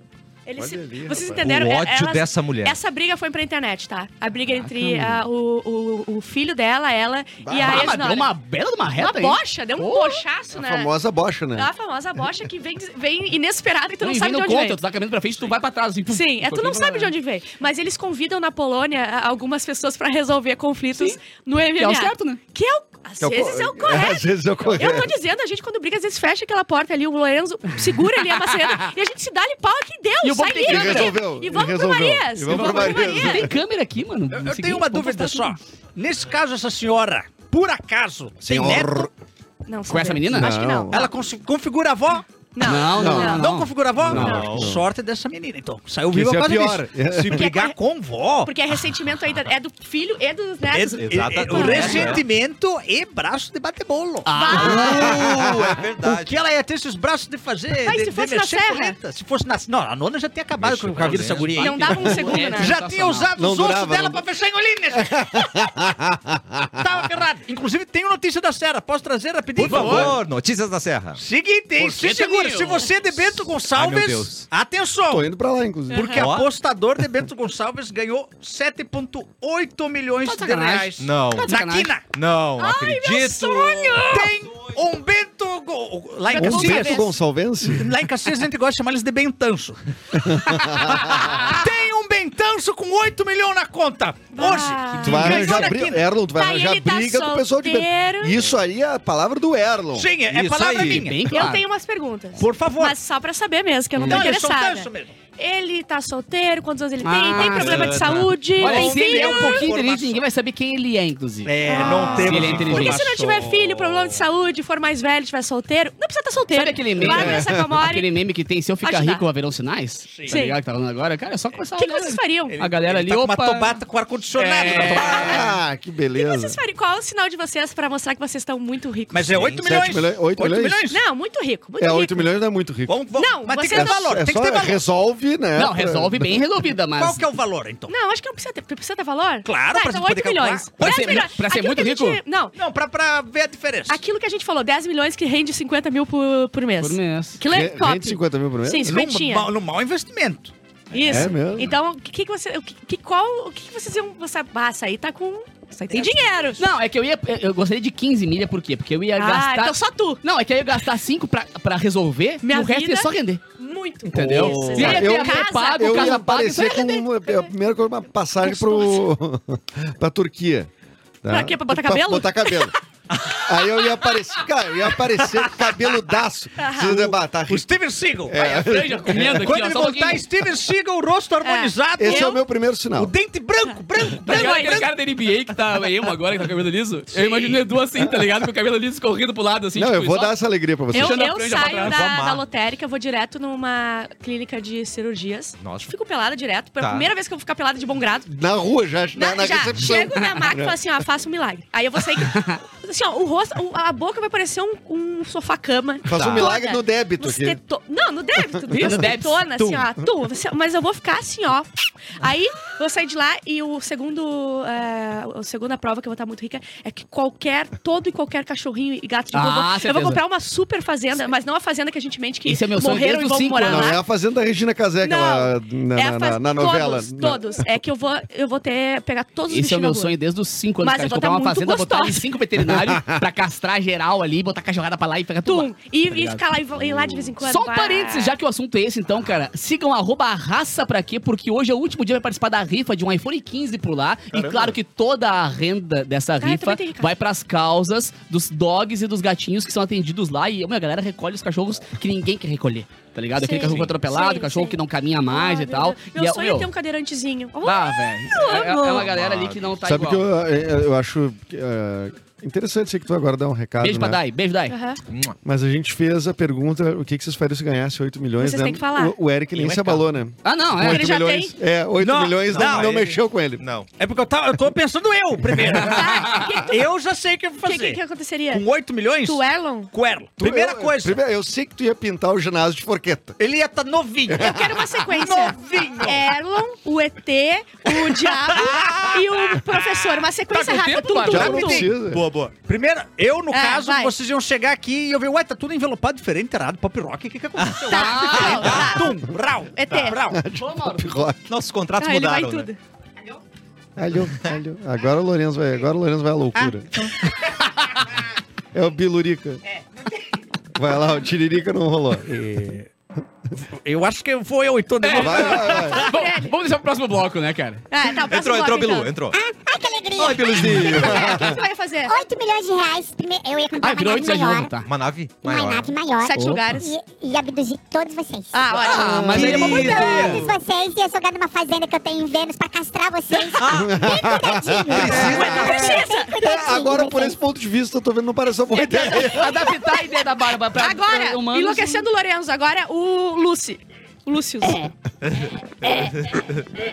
Eles
Olha
se-
ali,
vocês
rapaz.
entenderam?
O
É-
ódio
elas-
dessa mulher.
Essa briga foi pra internet, tá? A briga entre ah, o, o, o filho dela, ela e
Ah,
a
mas deu
ex-nora.
uma bela de uma
Uma
reta, hein?
bocha, deu um
Porra.
bochaço,
A
né?
tá famosa bocha, né?
A famosa bocha que vem, vem inesperada e tu não,
e
sabe
vem
de
no
onde
contra,
vem.
tu tá caminhando pra frente, tu vai pra trás. Assim, pum,
Sim, é, tu
pouquinho
não
pra-
sabe de onde vem. Mas eles convidam na Polônia ah, algumas pessoas pra resolver conflitos no MMA.
Que é o certo, né?
Que é o... Às
Que é o
vezes
co-
é o correto.
Às vezes é o correto.
Eu tô dizendo, a gente quando briga, às vezes fecha aquela porta ali, o Lorenzo segura ali a maçaneta e a gente se dá ali pau aqui, deu,
E o bom
sai
que tem
livre.
câmera.
Resolveu,
E vamos pro
resolveu.
Marias.
E vamos pro Marias.
Tu tem câmera aqui, mano.
Eu tenho uma dúvida só. Nesse caso, essa senhora, por acaso, tem
Senhor.
neto?
Não,
Com essa
sabemos.
menina?
Acho que não.
Não.
Ela cons- configura a avó?
Não, não, não.
Não, configura a avó?
Não.
Sorte dessa menina, então. Saiu
Que
viva
esse é
por causa
pior.
disso. Se brigar com vó...
Porque é ressentimento ainda é do filho e dos
é-
netos.
é- é-
Exatamente.
o ressentimento e braço de batebolo.
Ah.
Uh, é
O
verdade.
que ela ia ter esses braços de fazer?
Mas
de-
se
de
fosse na
mexer
serra?
correta. Se fosse na. Não, a nona já tinha acabado
Mexer
com a vida dessa
correta.
guria. aí.
Não dava um segundo,
É,
né?
Já tinha usado
Não
os ossos
durava,
dela
não.
pra fechar em Olíneas. Tava ferrado. Inclusive, tenho notícia da Serra. Posso trazer rapidinho?
Por favor, notícias da Serra.
Seguinte, hein? Se
que,
segura.
Danilo?
Se você é de Bento
Ai, meu
Gonçalves,
Deus.
atenção.
Tô indo pra lá, inclusive.
Porque
Ó.
apostador de Bento Gonçalves ganhou 7,8 milhões
Tá de
de
sacanagem.
reais.
Não,
Na
sacanagem.
quina
não acredito.
tem um Bento. Go- Lá em
Um
Caxias.
Beto Gonçalvense?
Uhum.
Lá em Caxias a gente gosta de chamar eles de bentanço. Tem um bentanço com 8 milhões na conta. Hoje.
Ah.
Tu vai
Ganhou
arranjar é,
na
briga.
quina.
Erlon, tu vai
Tá,
arranjar
ele tá
briga com o pessoal de Beto.
solteiro.
Isso aí é a palavra do Erlon.
Sim, é, é
Isso
palavra
aí.
minha.
Bem claro.
Eu tenho umas perguntas.
Por favor.
Mas só pra saber mesmo, que eu não tô
é
Não, eles são
interessada.
tanso mesmo.
Ele tá solteiro, quantos anos ele tem?
Ah,
tem problema de
tá.
saúde?
Olha,
tem
se ele é
filho?
um pouquinho
Informação.
inteligente, ninguém vai saber quem ele é, inclusive.
É, não temos
ele é inteligente.
Porque se
informação.
não tiver filho, problema de saúde, for mais velho, tiver solteiro, não precisa estar solteiro.
Sabe aquele meme?
Vai nessa
Aquele
comore.
meme que tem, se eu ficar
Acho que
rico, haverão sinais? Sim. Tá
Sim.
ligado que tá falando agora? Cara, é só
O
começar a
que, que
olhar
vocês
ali.
fariam?
A galera
Ele
ali,
tá com
opa...
uma tobata com ar-condicionado.
É.
Ah, que beleza.
Vocês fariam qual é o sinal de vocês pra mostrar que vocês estão muito ricos?
Mas é 8
Sete
milhões.
milhões, oito
Oito
milhões?
Não, muito rico, muito
É,
rico.
8 milhões não é muito rico.
Vamos, vamos.
Não,
mas tem que
você
ter
não-
valor.
É
tem que
só-
ter valor.
resolve, né?
Não, resolve bem resolvida, mas...
Qual que é o valor, então?
Não, acho que não precisa ter, porque precisa ter valor.
Claro,
tá,
pra
então
gente
8
poder calcular.
milhões.
Pra
10
ser-
milhões.
pra ser
Aquilo
muito
que a gente-
rico?
Não,
Não, pra, pra ver a diferença.
aquilo que a gente falou, 10 milhões que rende 50 mil por, por mês.
Por mês.
Aquilo é
Re-
top.
rende 50 mil É por mês?
Sim,
Num
50.
mau- num mau investimento.
Isso.
É mesmo?
Então, o que, que você. O que, que- qual, o que, que vocês iam. Você, ah, essa aí tá com. Essa aí tem dinheiro.
Não, é que eu ia... Eu gostaria de 15 milha, por quê? Porque eu ia
ah,
gastar...
então só tu.
Não, é que eu ia gastar 5 pra, pra resolver
Minha
e o resto
vida-
é só render.
Muito.
Entendeu?
Isso,
E aí,
exato.
eu-
Casa,
pago,
Eu
Casa
ia
paga,
aparecer
isso
com
é
uma, a primeira coisa, uma passagem pro, pra Turquia. tá?
Pra quê? Pra botar cabelo?
Pra botar cabelo. Aí eu ia aparecer, cara, eu ia aparecer com cabelo daço. Vocês iam debatar.
O Steven Seagal.
É,
Aí a franja É, comendo aqui,
Quando
ó,
ele
só um
voltar,
pouquinho.
Steven Seagal, o rosto harmonizado.
Esse é
eu-
o meu primeiro
O
sinal.
dente branco, branco,
Tá
branco,
ligado aquele
branco.
cara da NBA que tá emo agora, que tá com o cabelo liso? Eu imagino o Edu assim, tá ligado? Com o cabelo liso escorrido pro lado, assim.
Não,
tipo,
eu vou
só-
dar essa alegria pra vocês.
Eu,
Puxando a
eu
franja pra
saio
trás,
da,
amar.
da lotérica, eu vou direto numa clínica de cirurgias.
Nossa.
Fico pelada direto. Pela
Tá.
primeira vez que eu vou ficar pelada de bom grado.
Na rua, já, na,
Na-
na
já,
recepção.
chego na maca e falo assim, ó, faço um milagre. Aí eu vou sair... assim, ó, o rosto, o- a boca vai parecer um, um sofá-cama.
Faz um
Tá. Toda.
milagre no débito
Nos
aqui.
teto- Não, no débito. Isso,
débito.
tetona, assim, ó. Tu, você- mas eu vou ficar assim, ó. Aí, eu saí de lá e o segundo... é, a segunda prova que eu vou estar muito rica é que qualquer, todo e qualquer cachorrinho e gato de
Ah,
vovô... Eu
certeza.
vou comprar uma super fazenda, mas não a fazenda que a gente mente que
Esse é meu sonho
morreram
desde
e
os
vão
cinco
morar
anos.
Não,
lá.
é a Fazenda Regina Casé, aquela na,
É a
na-
faz-
na novela. né?
Todos, todos. É que eu vou, eu vou ter, pegar todos os
Esse é o
bichinhos
meu
da rua.
sonho desde os 5 anos,
Mas
cara.
eu
De
vou tá
comprar uma
muito
fazenda, botar ali
gostosa.
5 veterinários pra castrar geral ali, botar cachorrada pra lá e pegar tudo.
Tum.
lá.
E,
Tá
e
ligado?
ficar lá e vo- ir lá de vez em quando.
Só um
Bah.
parênteses, já que o assunto é esse, então, cara. Sigam arroba a raça pra quê? Porque hoje é o último dia pra participar da rifa de um iPhone 15 por lá. E claro que toda a renda dessa
Cara, eu
rifa
também tenho, cara.
vai pras causas dos dogs e dos gatinhos que são atendidos lá. E meu, a galera recolhe os cachorros que ninguém quer recolher. Tá ligado? Aquele
Sim.
cachorro que foi atropelado,
Sim,
cachorro
sim.
que não caminha mais
Ah,
e tal.
Meu, Deus.
e
meu
é,
sonho é ter um cadeirantezinho. Oh,
Bah, velho. É, é uma galera ali que não tá
Sabe
igual.
que eu, eu, eu acho é, interessante isso que tu agora dá um recado.
Beijo pra
né?
Dai, beijo Dai.
aham.
Mas a gente fez a pergunta: o que, que vocês fariam se ganhasse 8 milhões?
Vocês
né?
têm que falar.
O, o Eric nem se abalou, né?
Ah, não, é.
Ele
Oito
já
milhões. É, 8
Não,
milhões não,
não,
não
ele-
mexeu com ele.
Não.
É porque eu, tava, eu tô pensando eu primeiro.
Tá, que-
eu já sei o que eu vou
O que, que,
fazer.
que aconteceria?
Com 8 milhões,
Tu, é- Erlon?
Querlo.
Tu- é-
Primeira
eu-
coisa,
primeiro, eu sei que tu ia pintar o ginásio de forqueta.
ele ia estar novinho.
Eu quero uma sequência.
Novinho.
Erlon, o ET, o Diabo e o Professor. Uma sequência
Tá com
rápida.
tempo,
Tum,
Bárbara?
Já
tum,
não
tum, tum.
precisa.
Boa, boa. Primeiro, eu, no
Ah,
caso,
vai.
vocês iam chegar aqui e eu ver, ué, tá tudo envelopado diferente, errado, pop rock, o que que aconteceu?
Tá, tá.
Tum, rau,
ET.
rau.
Rock.
Nossos contratos
Ah, ele vai
mudaram,
em
né?
tudo.
Alho, alho. Agora o Lourenço vai, agora o Lourenço vai à
Ah,
loucura.
então.
É o Bilurica.
É.
Vai lá, o Tiririca não rolou.
É. Eu acho que eu vou eu, então, de novo.
Vai, vai, vai.
Bom, vamos deixar pro próximo bloco, né, cara?
Ah, tá, o próximo
Entrou,
bloco, então.
entrou, Bilu, entrou.
Ai, que alegria!
Oi, Biluzinho.
É, O que, que tu ia fazer?
8 milhões de reais. Primeiro, eu ia comprar
Ah,
uma
virou
nave
8 de novo,
maior,
tá.
Uma nave
uma
maior.
nave maior
Sete lugares.
e, e abduzir todos vocês.
Ah, olha.
Ah, mas aí é uma boa ideia.
Todos vocês ia jogar numa fazenda que eu tenho em Vênus pra castrar vocês. Bem cuidadinho.
Mas não precisa.
É,
coitadinho.
agora, por
vocês.
esse ponto de vista, eu tô vendo não parece uma boa ideia.
Adaptar a ideia da barba pra,
Agora,
pra humanos.
enlouquecendo o Lorenzo, agora o Lúcio. O Lúcio.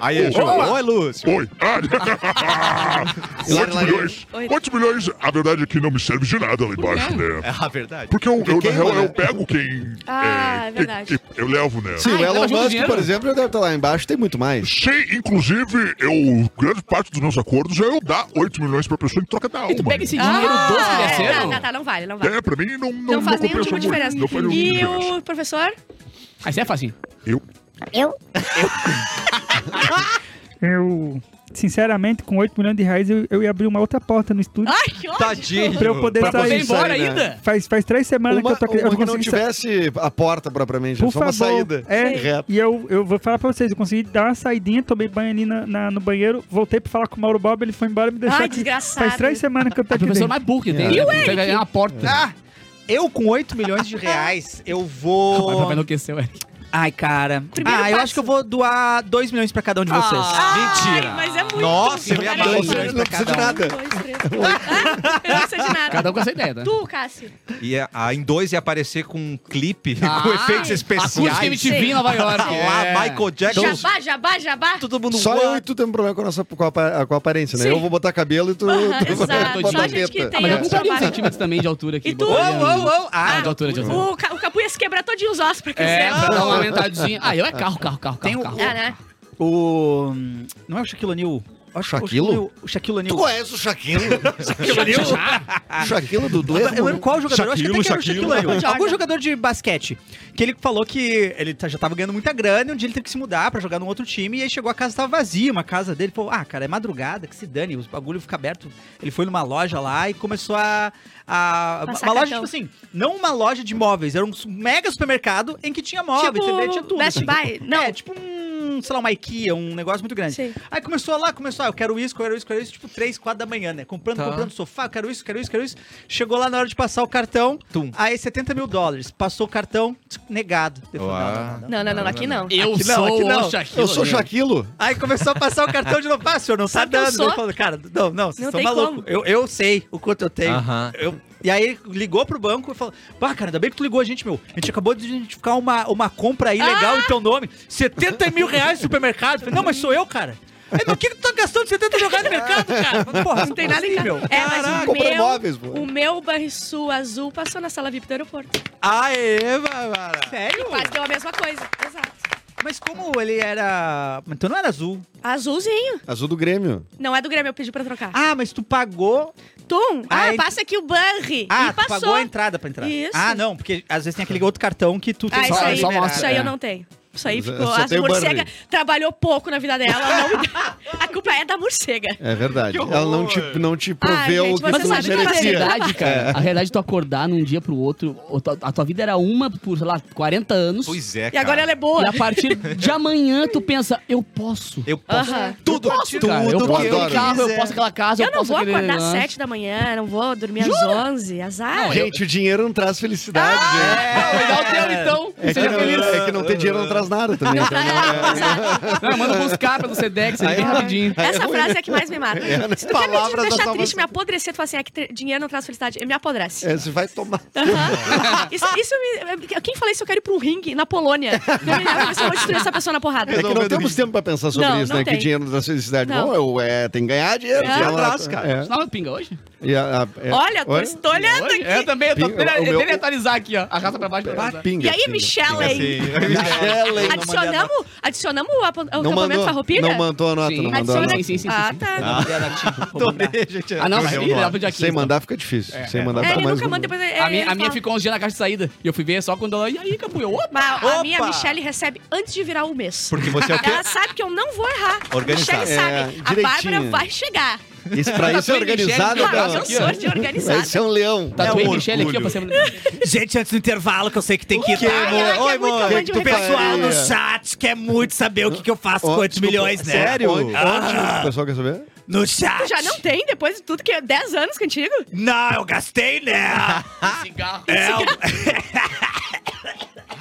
Aí, Ju.
Opa!
Oi, Lúcio.
Oi. Ah, Quantos milhões?
Oi.
Quantos milhões? A verdade é que não me serve de nada lá embaixo, né?
É a verdade.
Porque eu, eu, na
queima,
real,
né?
eu pego quem.
Ah, é
quem-
verdade.
quem eu levo, né?
Sim,
Ah,
o
então
Elon
junto
Musk,
dinheiro.
por exemplo, já deve estar lá embaixo, tem muito mais.
Sei, inclusive, eu. Grande parte dos meus acordos é eu dar 8 milhões pra pessoa em troca da alma.
Tu pega esse dinheiro
Ah,
doce que
é,
desceram.
tá, tá, tá, não vale, não vale.
É, pra mim não, não,
Não faz nenhum tipo
compensa
de
muito,
diferença.
Não faz nenhum tipo de
E
diferença.
o professor?
Aí você é facinho.
Eu.
Eu?
Eu, sinceramente, com 8 milhões de reais, eu, eu ia abrir uma outra porta no estúdio
Ai, que ódio.
Tadinho.
pra eu poder
pra
Você
sair.
ir embora
Sair, né?
ainda?
Faz, faz três semanas
Uma,
que eu tô
uma
eu
que não
consegui sa-
tivesse a porta propriamente,
Por
só uma
favor.
saída.
É,
Reto.
e eu, eu vou falar pra vocês, eu consegui dar uma saidinha, tomei banho ali na, na- no banheiro, voltei pra falar com o Mauro Bob, ele foi embora e me deixou
Ai,
aqui.
desgraçado.
Faz três semanas que eu tô
É, O
aqui dentro.
professor mais burro que tem.
E
o Eric? ganhar uma porta.
Ah, eu com 8 milhões de reais, eu
O papai
vou.
enlouqueceu, Eric.
Ai, cara.
Primeiro
ah, eu
passo. Ah,
acho que eu vou doar 2 milhões pra cada um de vocês.
Ai, mas é muito.
Nossa, eu ia
Cara,
amar
eu
isso.
falo-
Não precisa
Cada
de
um.
nada.
Um, dois, três. Ah, eu não sei de nada.
Cada um com essa ideia, né?
Tu, Cássio.
Ia, é, a em dois ia aparecer com um clipe com
Ah,
efeitos
Acústica
é
especiais. Tá
MTV em Nova York.
Lá,
É.
Michael Jackson.
Jabá, jabá, jabá.
Todo mundo
Só
"What?"
eu e tu tem um problema com a, nossa, com a, apa- com a aparência, né?
Sim.
Eu vou botar cabelo e tu,
Aham,
tu vai
exato.
botar
Só a gente que
teta.
Ah,
tem
mas eu
outro
compraria uns
trabalho.
centímetros também de altura aqui.
E tu?
Ô,
botaria um-
ô, ô. Ah,
Ah, de altura, de altura.
O, ca- o Capu ia se quebrar todinho os ossos pra crescer.
É, pra dar uma aumentadinha. Ah, eu é carro, carro, carro,
Tem
carro.
o-
carro.
É, né?
O. Não é o Shaquille O'Neal. Acho que é o
Shaquille?
Shaquille- O Shaquille O'Neal.
conhece o Shaquille? Shaquille do
Eu
Dudu? é
não lembro qual jogador, eu acho que até
Shaquille,
que era o Shaquille
Shaquille.
O'Neal.
Jordan.
Algum jogador de basquete. Que ele falou que ele tá- já tava ganhando muita grana e um dia ele teve que se mudar pra jogar num outro time. E aí chegou a casa tava vazia, uma casa dele. Falou, ah, cara, é madrugada, que se dane, os bagulho fica aberto. Ele foi numa loja lá e começou a. a-
Passar
uma loja,
cartão.
tipo assim, não uma loja de móveis, era um su- mega supermercado em que tinha móveis, TV, tinha
Tipo,
tudo.
Best
assim.
Buy. Não,
É, tipo um, sei lá, uma IKEA, um negócio muito grande.
Sim.
Aí começou lá, começou, ah, eu quero isso, eu quero isso, eu quero isso, tipo 3, 4 da manhã, né? Comprando, comprando sofá, eu quero isso, eu quero isso, eu quero isso. Chegou lá na hora de passar o cartão,
Tum.
aí 70 mil dólares. Passou o cartão, tsk, negado. Eu falei,
Uá.
não, não, não, aqui não.
Eu
Aqui não,
sou
aqui não.
o Shaquille.
Eu sou
O'Neal.
Shaquille?
Aí começou a passar o cartão de novo. Ah, senhor, não tá
Sabe que eu
dando.
sou?
Ele falou, cara, não, não, vocês
Não
estão
tem como.
malucos. Eu, eu sei o quanto eu tenho.
Aham.
Eu- e aí ele ligou pro banco e falou: Bah, cara, ainda bem que tu ligou a gente, meu. A gente acabou de identificar uma, uma compra aí legal
Ah!
em teu nome. 70 mil reais no supermercado. Eu falei, não, mas sou eu, cara. Ele, mas o que, que tu tá gastando 70 mil reais no mercado, cara? Eu falei, Porra, assim,
Não tem nada em casa. É, mas o
Comprar
meu,
móveis, pô.
o meu Banrisul azul passou na sala VIP do aeroporto.
Aê, Bárbara. Sério?
Quase deu a mesma coisa. Exato.
Mas como ele era. Então não era azul.
Azulzinho.
Azul do Grêmio.
Não é do Grêmio, eu pedi pra trocar.
Ah, mas tu pagou.
Tum! Ah,
Aí-
passa aqui o Banri.
Ah,
e
tu
passou.
pagou a entrada pra entrar.
Isso.
Ah, não, porque às vezes tem aquele outro cartão que tu tem
Ah,
que
isso aí,
só mostra.
isso aí
É.
eu não tenho. Isso aí
Eu
ficou.
só
A
tenho
morcega
Burberry.
trabalhou pouco na vida dela. ela não me dá- A culpa é da morcega.
É
Que
verdade.
horror.
Ela não te, não te proveu
gente,
o que
mas Você
Mas
tu
sabe que
a
eu sei.
merecia.
realidade, cara. A realidade de tu acordar num dia pro outro. ou tu- A tua vida era uma por, sei lá, 40 anos.
Pois é,
E agora ela é boa.
E a partir de amanhã tu pensa, eu posso.
Eu posso.
Aham.
Tudo,
Posso, cara. Eu posso
eu
aquele carro, eu
quiser.
posso aquela casa, eu,
Eu não
posso
vou
aquele
acordar às
negócio.
sete da manhã, não vou dormir às onze. Azar.
Não,
Gente, o dinheiro não traz felicidade, gente.
é.
Ah, me dá o teu, então.
É que,
Seja
não,
feliz.
é que não ter dinheiro não traz nada também. então não é-
Não, manda buscar pelo Sedex, ele
Aí
vem
é.
rapidinho.
Essa frase é a que mais me mata. Se tu quer me
Palavras da
deixar
salvação.
triste, me apodrecer, tu fala assim, é que ter- dinheiro não traz felicidade. Eu me apodrece.
é, Você vai tomar.
Aham. Isso, isso me- Quem fala isso, eu quero ir pra um ringue na Polônia. Eu me lembro, mas eu vou destruir essa pessoa na porrada.
É que não temos tempo pra pensar sobre
Não,
isso,
não
né?
tem.
Que dinheiro não traz felicidade.
Não.
Bom, eu, é, tem que ganhar dinheiro.
É.
ela-
Atrás, cara.
é.
Sinal de pinga hoje?
E a- a- é-
Olha, tô,
Olha.
estou olhando
Hoje?
aqui.
É, também. Eu tô
Pinga, o meu-
tentando atualizar aqui, ó. Arrasta pra baixo. pra
Ah,
atualizar.
pinga,
E aí,
pinga.
Michelle?
Michele.
Adicionamos, adicionamos o apo- o
Não
acampamento
mandou,
Farroupilha?
não mandou a nota,
Sim.
não mandou a
Adiciona
nota.
Sim, sim, sim,
Ah,
sim.
tá.
Adorei, gente.
é
Ah, não, mas ele dá pro dia 15.
Sem mandar fica difícil. Sem mandar
É,
fica
ele
mais
nunca
um.
manda depois. é,
então. A minha,
ele
a minha
fala.
ficou uns dias na caixa de saída. E eu fui ver só quando ela. E aí, Capu? Eu, opa!
Mas a
Opa!
minha Michelle recebe antes de virar o mês.
Porque você é o quê?
Ela sabe que eu não vou errar.
Organizado.
A Michelle
É,
sabe. a
direitinho.
Bárbara vai chegar.
Isso pra isso é
Michele,
organizado,
Michele,
Claro,
não.
eu
aqui,
sou
ó.
de
Vai
organizada.
ser um leão.
Tatuei
É um
Michelle tá aqui, ó,
orgulho.
pra semana.
Gente, antes do intervalo, que eu sei que tem que ir.
Que,
tá?
amor?
Oi, amor.
Que que tu
O pessoal
faria?
no chat quer muito saber o que, que eu faço
Ó,
com 8
desculpa,
milhões, né?
Sério? Onde,
Ah,
o pessoal quer saber?
no
Tu
chat.
já não tem, depois de tudo que é 10 anos contigo?
Não, eu gastei, né?
Cigarro.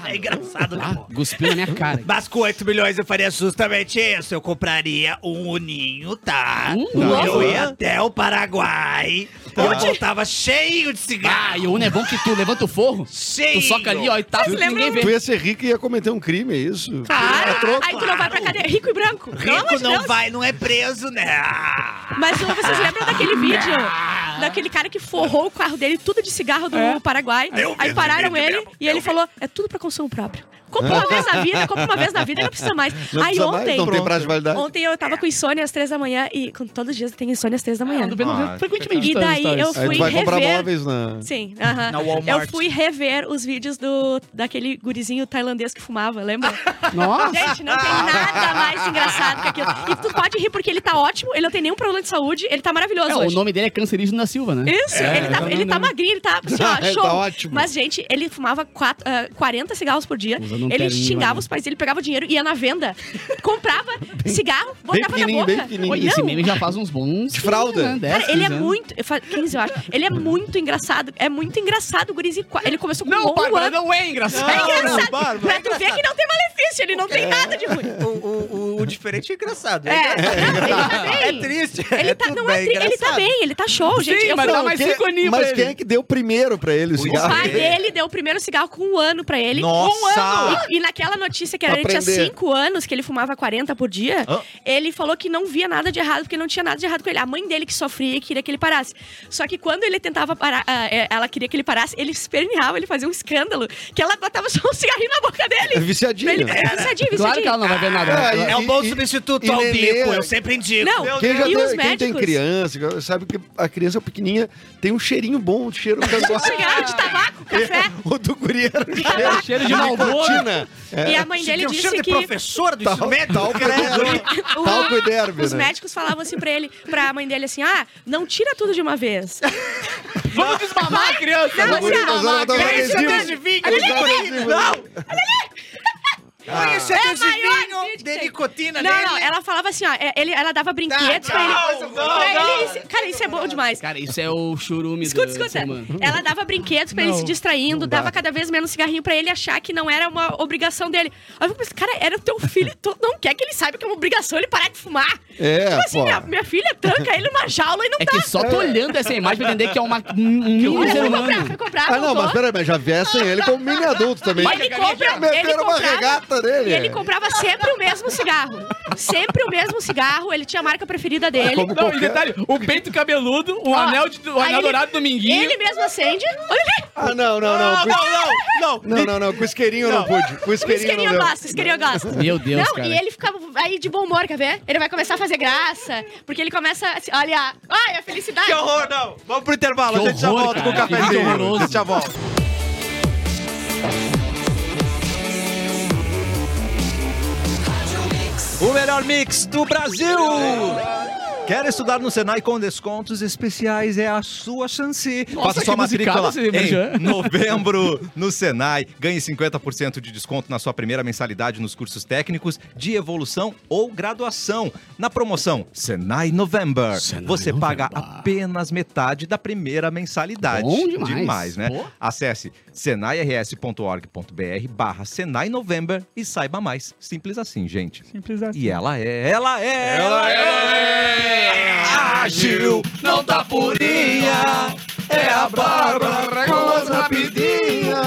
É,
É engraçado, né, pô?
Ah, Cuspiu na minha cara.
Mas com 8 milhões eu faria justamente isso. Eu compraria um uninho, tá?
Um?
eu
Nossa.
ia até o Paraguai. Eu voltava cheio de cigarro.
Ah, e o Uno é bom que tu levanta o forro,
cheio.
tu soca ali, ó, e tapa,
Vocês
ninguém
Tu
vê.
ia ser rico e ia cometer um crime, é isso?
Claro.
Ah, troco,
Aí tu não vai pra
claro.
cadeia. Rico e branco. Pelo amor
Rico
de
não
Deus.
vai, não é preso, né?
Mas ô, vocês lembram daquele vídeo? Daquele cara que forrou o carro dele tudo de cigarro do Paraguai.
Eu vi
Aí
esse
pararam
vídeo
ele
mesmo, É.
e
eu
ele
vi.
falou: é tudo pra consumo próprio. Compra uma vez na vida, compra uma vez na vida, não precisa mais.
Não
Aí
precisa mais,
ontem.
não tem prazo de validade.
Ontem eu tava com insônia às três da manhã e com, todos os dias eu tenho insônia às três da manhã.
Ando vendo
Ah,
frequentemente.
E daí
stories.
eu
Aí
fui
tu vai comprar
rever-
móveis na.
Sim, aham.
Na Walmart.
Eu fui rever os vídeos do daquele gurizinho tailandês que fumava, lembra?
Nossa!
Gente, não tem nada mais engraçado que aquilo. E tu pode rir porque ele tá ótimo, ele não tem nenhum problema de saúde, ele tá maravilhoso
É, o
hoje.
nome dele é Cancerígeno da Silva, né?
Isso, ele, tá, ele tá magrinho, ele tá assim, ó,
Ele
show.
tá ótimo.
Mas, gente, ele fumava quatro, ah, 40 cigarros por dia.
Usando um
ele
terninho
xingava
ali.
os pais, ele pegava o dinheiro, ia na venda, comprava cigarro, botava na
pequenininho,
boca.
bem pequenininho.
Olha,
Esse
não,
meme já faz uns bons...
De fralda.
né, dez,
Cara, ele é
quinze anos.
muito. eu fa- 15, eu acho. Ele é muito engraçado. É muito engraçado, Gurizinho. Ele começou com
Não,
11
Bárbara,
anos.
não é engraçado.
É engraçado.
Bárbara,
pra tu ver que não tem malefício, ele não tem nada de ruim.
O, o- o diferente é engraçado.
É, não, ele tá
É
bem.
triste.
Ele tá,
tudo
não é
bem
tri, ele tá
engraçado.
bem, ele tá show, gente. eu
mas
fui-
dá mais
Quem-
cinco aninhos pra
Mas quem
ele.
é que deu primeiro pra ele o
O
cigarro?
pai dele deu o primeiro cigarro com um ano pra ele.
Nossa!
Um ano! E, e naquela notícia que era,
Pra
ele tinha
aprender.
cinco anos, que ele fumava 40 por dia, ele falou que não via nada de errado, porque não tinha nada de errado com ele. A mãe dele que sofria e queria que ele parasse. Só que quando ele tentava parar, ah, é, ela queria que ele parasse, ele esperneava, ele fazia um escândalo, que ela botava só um cigarrinho na boca
É
dele.
viciadinho.
Ele ficava viciadinho,
Claro que ela
viciadinho.
não vai ver nada. né?
Ah,
É um
E-
bom
e-
substituto
e
ao
Nenê?
bico, eu sempre indico.
Não,
Meu
Quem, já
E os
tem, quem tem
médicos?
criança, sabe que a criança pequenininha tem um cheirinho bom, um cheiro que eu gosto.
Cigarro de tabaco, café.
O do guri era É, um
Cheiro,
cheiro.
é de malboro.
Tina,
E a mãe dele
eu chamo
disse
um de
que.
professor
Tá
do ensino
tal,
médio.
tal que era-
o-
Talco e derby,
os
né?
médicos falavam assim pra ele, pra mãe dele assim: ah, não tira tudo de uma vez.
Vamos desmamar a criança.
Não,
Vamos
assim, ó,
desmamar a
Não,
criança.
Esse é
adesivo.
o de vinho.
Adesivo.
Não! Olha, esse é de
maior
vinho
vídeo que
de
tem.
nicotina
Não, não,
nele.
ela falava assim, ó, é, ele, ela dava brinquedos
Tá,
pra ele.
não, não,
pra
não.
ele- cara, isso é bom demais.
Cara, isso é o churume
Escuta,
do
escuta.
ser humano.
Ela dava brinquedos pra ele se distraindo, dava cada vez menos cigarrinho pra ele achar que não era uma obrigação dele. Aí eu pensei, cara, era o teu filho, tu não quer que ele saiba que é uma obrigação ele parar de fumar.
É,
tipo assim,
pô.
minha, minha filha tranca ele numa jaula e não
É
dá.
que só tô olhando essa imagem pra entender que é uma, um, um mini
Olha,
ser
foi
humano.
comprar, foi comprar,
né, Ah, não,
voltou.
mas peraí, mas já viessem ele como mini adulto também.
Ele compra, ele
Meteram uma
comprava,
regata nele.
Ele comprava sempre o mesmo cigarro. Sempre o mesmo cigarro, ele tinha a marca preferida dele.
Como
Não, e
qualquer-
detalhe, o peito cabeludo, um
Ó,
anel, de, um
aí
anel
ele-
dourado do minguinho.
Ele mesmo acende. Olha ali!
Ah, não, não, não. com-
Não,
Não, não, não. Com isqueirinho eu não pude. Com
O
isqueirinho não
isqueirinho
deu.
gosta, o isqueirinho gosta.
Meu Deus,
Não,
cara.
e ele fica aí de bom humor, quer ver? Ele vai começar a fazer graça, porque ele começa a... se- Olha, ai, a felicidade.
Que horror, não. Vamos pro intervalo,
Que
a gente já
horror,
volta
cara.
com o
Que
cafezinho.
horroroso.
A gente já volta. O melhor mix do Brasil! Quer estudar no Senai com descontos especiais? É a sua chance.
Nossa,
Faça
que
sua
musical
matrícula
esse Merchan.
em
Novembro no Senai. Ganhe 50% de desconto na sua primeira mensalidade nos cursos técnicos de evolução ou graduação. Na promoção Senai November,
Senai
você paga
November.
apenas metade da primeira mensalidade.
Bom demais.
Tá né?
Pô.
Acesse senairs.org.br barra Senai November e saiba mais. Simples assim, gente.
Simples assim.
E ela é, ela é, ela é
Ágil, não tá purinha, é a Bárbara com as rapidinhas.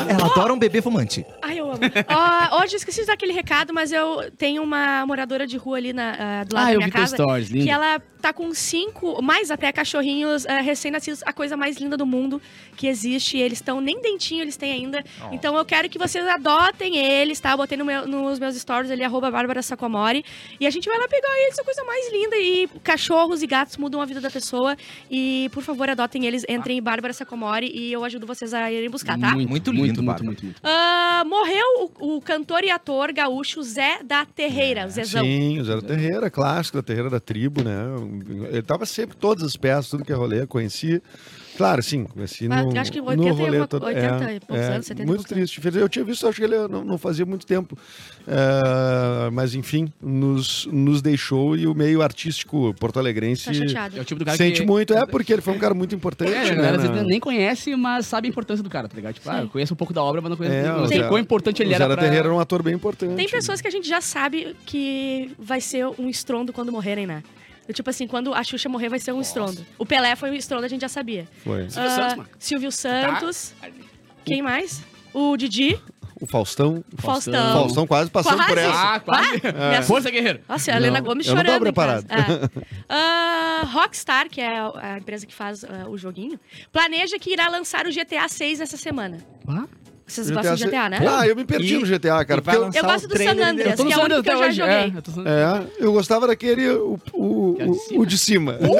Ela adora um bebê fumante.
Ai, eu amo. Ó, hoje eu esqueci de dar aquele recado, mas eu tenho uma moradora de rua ali na, ah, do lado
Ah,
da
eu
minha
vi teu
casa.
stories,
Que
lindo.
ela tá com cinco, mais até cachorrinhos ah, recém-nascidos, a coisa mais linda do mundo que existe. Eles estão, nem dentinho eles têm ainda. Então eu quero que vocês adotem eles, tá? Eu botei no meu- nos meus stories ali, arroba Bárbara Sacomori. E a gente vai lá pegar eles, a coisa mais linda. E cachorros e gatos mudam a vida da pessoa. E, por favor, adotem eles, entrem em Bárbara Sacomori e eu ajudo vocês a irem buscar, tá?
Muito lindo,
muito, muito,
Bárbara.
muito, muito.
Ah, morreu o, o cantor e ator gaúcho Zé da Terreira, o Zezão.
Sim, o Zero Terreira, clássico da Terreira da Tribo, né? Ele tava sempre em todas as peças, tudo que é rolê, conheci. Claro, sim. Assim,
Ah,
no,
acho que
no
80 e
rolê
alguma-
todo. é,
80 e poucos anos, 70 e
Muito
poucos anos.
triste. Eu tinha visto, acho que ele não, não fazia muito tempo. É, mas, enfim, nos, nos deixou e o meio artístico porto-alegrense
Tá chateado. É o tipo do cara
sente
que-
muito. É, porque ele foi um cara muito importante.
É, a
né,
galera às
na-
vezes nem conhece, mas sabe a importância do cara, tá ligado? Tipo, ah, eu conheço um pouco da obra, mas não conheço.
É,
não
o
sei
Zé-
quão importante ele
o
era
Zé
pra...
Terreiro era um ator bem importante.
Tem pessoas que a gente já sabe que vai ser um estrondo quando morrerem, né? Eu, Tipo assim, quando a Xuxa morrer vai ser um estrondo. O Pelé foi um estrondo, a gente já sabia.
Foi.
Silvio Santos, mano. Silvio Santos. Quem mais? O Didi.
O Faustão.
Faustão.
Faustão quase passando por
Quase?
essa.
Ah, quase.
É.
Me Força, guerreiro. Nossa, a Helena Gomes
eu
chorando
Não
em
tô
casa.
preparado.
Ah, Rockstar, que é a a empresa que faz ah, o joguinho, planeja que irá lançar o GTA 6 essa semana. Vocês gostam de GTA, né?
Ah, eu me perdi
E-
no GTA, cara. porque
Eu gosto do San Andreas, que é o único que eu já joguei.
É, eu gostava daquele, o, o, o, o é de cima.
Um,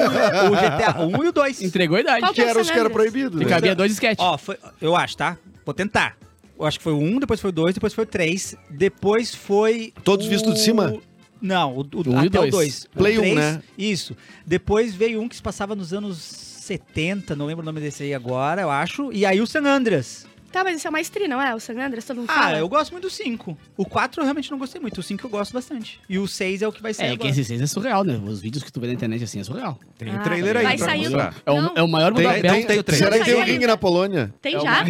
O GTA 1 e o 2.
Entregou a idade.
Qual que é o Que eram os que eram cenário? proibidos,
Que
né?
cabia dois sketches. É,
Ó, foi- eu acho, tá? Vou tentar. Eu acho que foi o 1, depois foi o 2, depois foi o 3, depois foi.
Todos
o-
vistos de cima?
Não, o, o,
Um e
até
dois.
o 2.
Play
o
um,
três,
né?
Isso. Depois veio um que se passava nos anos 70, não lembro o nome desse aí agora, eu acho. E aí o San Andreas.
Tá, mas esse é o mais tri, não é? O San Andreas, todo mundo
Ah,
fala.
eu gosto muito do 5. O 4 eu realmente não gostei muito, o 5 eu gosto bastante. E o 6 é o que vai ser
É, que
agora.
esse 6 é surreal, né? Os vídeos que tu vê na internet assim é surreal.
Tem
um
Ah, trailer aí vai pra sair mostrar.
É o, é o maior
Tem-
mundo aberto.
tem- tem o trailer. Será que tem
o
o ringue na Polônia?
Tem já?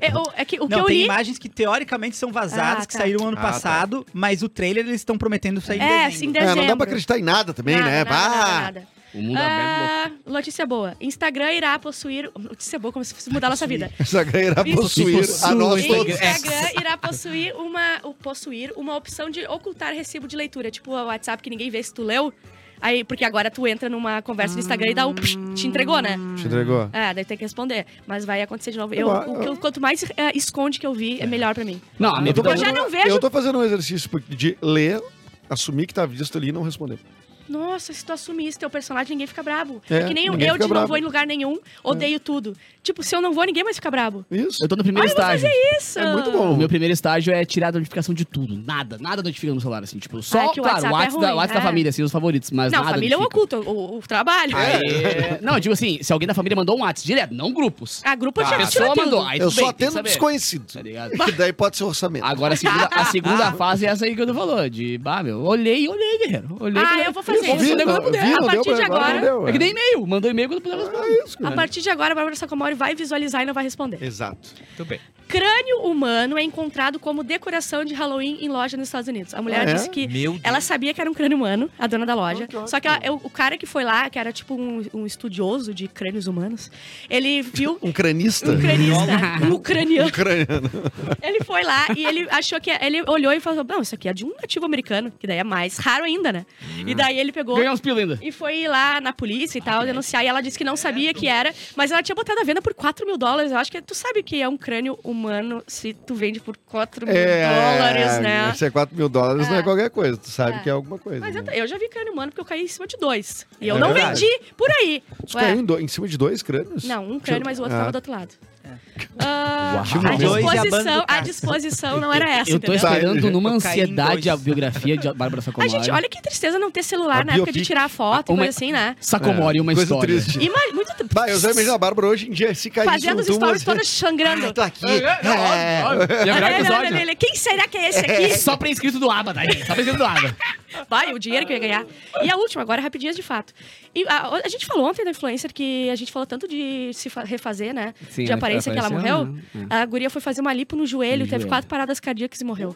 É, o- é que o que
né? não,
eu
tem
li...
imagens que teoricamente são vazadas,
Ah,
que
tá.
saíram ano
Ah, tá.
passado, mas o trailer eles estão prometendo sair em
É,
dezembro.
sim, em dezembro.
não dá pra acreditar em nada também,
Nada,
né?
nada,
Bah!
nada, nada.
O
mundo
Ah, notícia boa. Instagram irá possuir. Notícia boa, como se fosse mudar a nossa vida.
Instagram irá possuir a nós todos. É.
Instagram irá possuir uma, o- possuir uma opção de ocultar recibo de leitura. Tipo o WhatsApp que ninguém vê se tu leu. Aí, porque agora tu entra numa conversa no Instagram e dá um psh, te entregou, né?
Te entregou.
É, daí tem que responder. Mas vai acontecer de novo.
Hum. Eu
Eu,
a-
o que eu- quanto mais é, esconde que eu vi, é melhor pra mim.
Não, a minha
Eu já não vejo.
Então, Eu tô fazendo um exercício de ler, assumir que tá visto ali e não responder.
Nossa, se tu assumir esse teu personagem, ninguém fica brabo.
É,
É, que nem eu,
ninguém
eu
fica
de não
bravo.
vou em lugar nenhum, odeio tudo. Tipo, se eu não vou, ninguém mais fica brabo.
Isso.
Eu tô no primeiro
Ai, eu vou
estágio.
fazer isso! É muito bom.
O meu primeiro estágio é tirar a notificação de tudo. Nada, nada notifica no celular, assim. Tipo, só,
Ah, que o
claro, o
WhatsApp é
WhatsApp, da,
ruim,
WhatsApp da
é.
família, assim, os favoritos, mas
não,
nada
família eu
notifica.
oculto, o, o trabalho.
Aí- Não, eu digo assim, se alguém da família mandou um WhatsApp direto, não grupos.
Ah, grupo eu
Tá. a
já tiro
pessoa
tudo.
mandou. Aí
eu
tudo bem,
só
tem que
atendo
saber.
desconhecido.
ligado?
Que daí pode ser orçamento.
Agora a segunda, a segunda fase é essa aí que eu tô falando. De, bah, meu, olhei, olhei, guerreiro. Olhei
Ah,
quando-
eu vou fazer
vou
isso.
responder
Vi,
quando eu
não,
puder.
vi, não deu pra- agora não deu,
É que
é.
nem e-mail. Mandou e-mail quando puder responder.
A partir de agora, a Bárbara Sacomori vai visualizar e não vai responder.
Exato.
Muito bem.
Crânio humano é encontrado como decoração de Halloween em loja nos Estados Unidos. A mulher
Ah, é?
disse que
Meu
ela sabia que era um crânio humano, a dona da loja. só que ela- eu- o cara que foi lá, que era tipo um, um estudioso de crânios humanos, ele viu.
Um cranista?
Um cranista. um ucraniano.
Ucraniano.
Ele foi lá e ele achou que. é, Ele olhou e falou: Não, isso aqui é de um nativo americano, que daí é mais raro ainda, né?
Hum.
E daí ele pegou.
Ganhou uns pila ainda.
E foi lá na polícia e tal, denunciar. E ela disse que não sabia que era, mas ela tinha botado a venda por 4 mil dólares. Eu acho que tu sabe que é um crânio humano se tu vende por 4 mil dólares, né?
Se é 4 mil dólares, não é qualquer coisa. Tu sabe
É.
que é alguma coisa.
Mas eu,
né?
eu já vi crânio humano porque eu caí em cima de dois. E
É
eu não
verdade.
vendi por aí.
Tu
Ué,
caiu em, do- em cima de dois crânios?
Não, um crânio, mas o outro
Ah.
tava do outro lado. Ah,
Uau.
a,
Dois e a
disposição,
banda
a disposição não era essa,
Eu tô
entendeu?
esperando numa
Eu caí em
ansiedade a biografia de Bárbara
Ai,
Sacomori.
gente, olha que tristeza não ter celular
A
na época de
biopic.
tirar foto, e
Uma-
coisa assim, né?
Sacomori, uma
Coisa
história.
triste.
Ima- muito
Bah, eu já imagino a Bárbara hoje em dia se um cair
Fazendo os stories todas sangrando.
tô aqui.
É, óbvio, óbvio. Ia virar
Olha ele, olha
episódio,
ele,
né?
olha ele. Quem será que é esse aqui?
Só pra inscrito do ABA, daí. Só pra inscrito do ABA.
Vai, o dinheiro que eu ia ganhar. E a última, agora, rapidinhas de fato. E a, a gente falou ontem da influencer que a gente falou tanto de se fa- refazer, né?
Sim,
de
a-
aparência que ela
apareceu,
morreu.
né?
A guria foi fazer uma lipo no joelho,
No
teve
joelho.
quatro paradas cardíacas e morreu.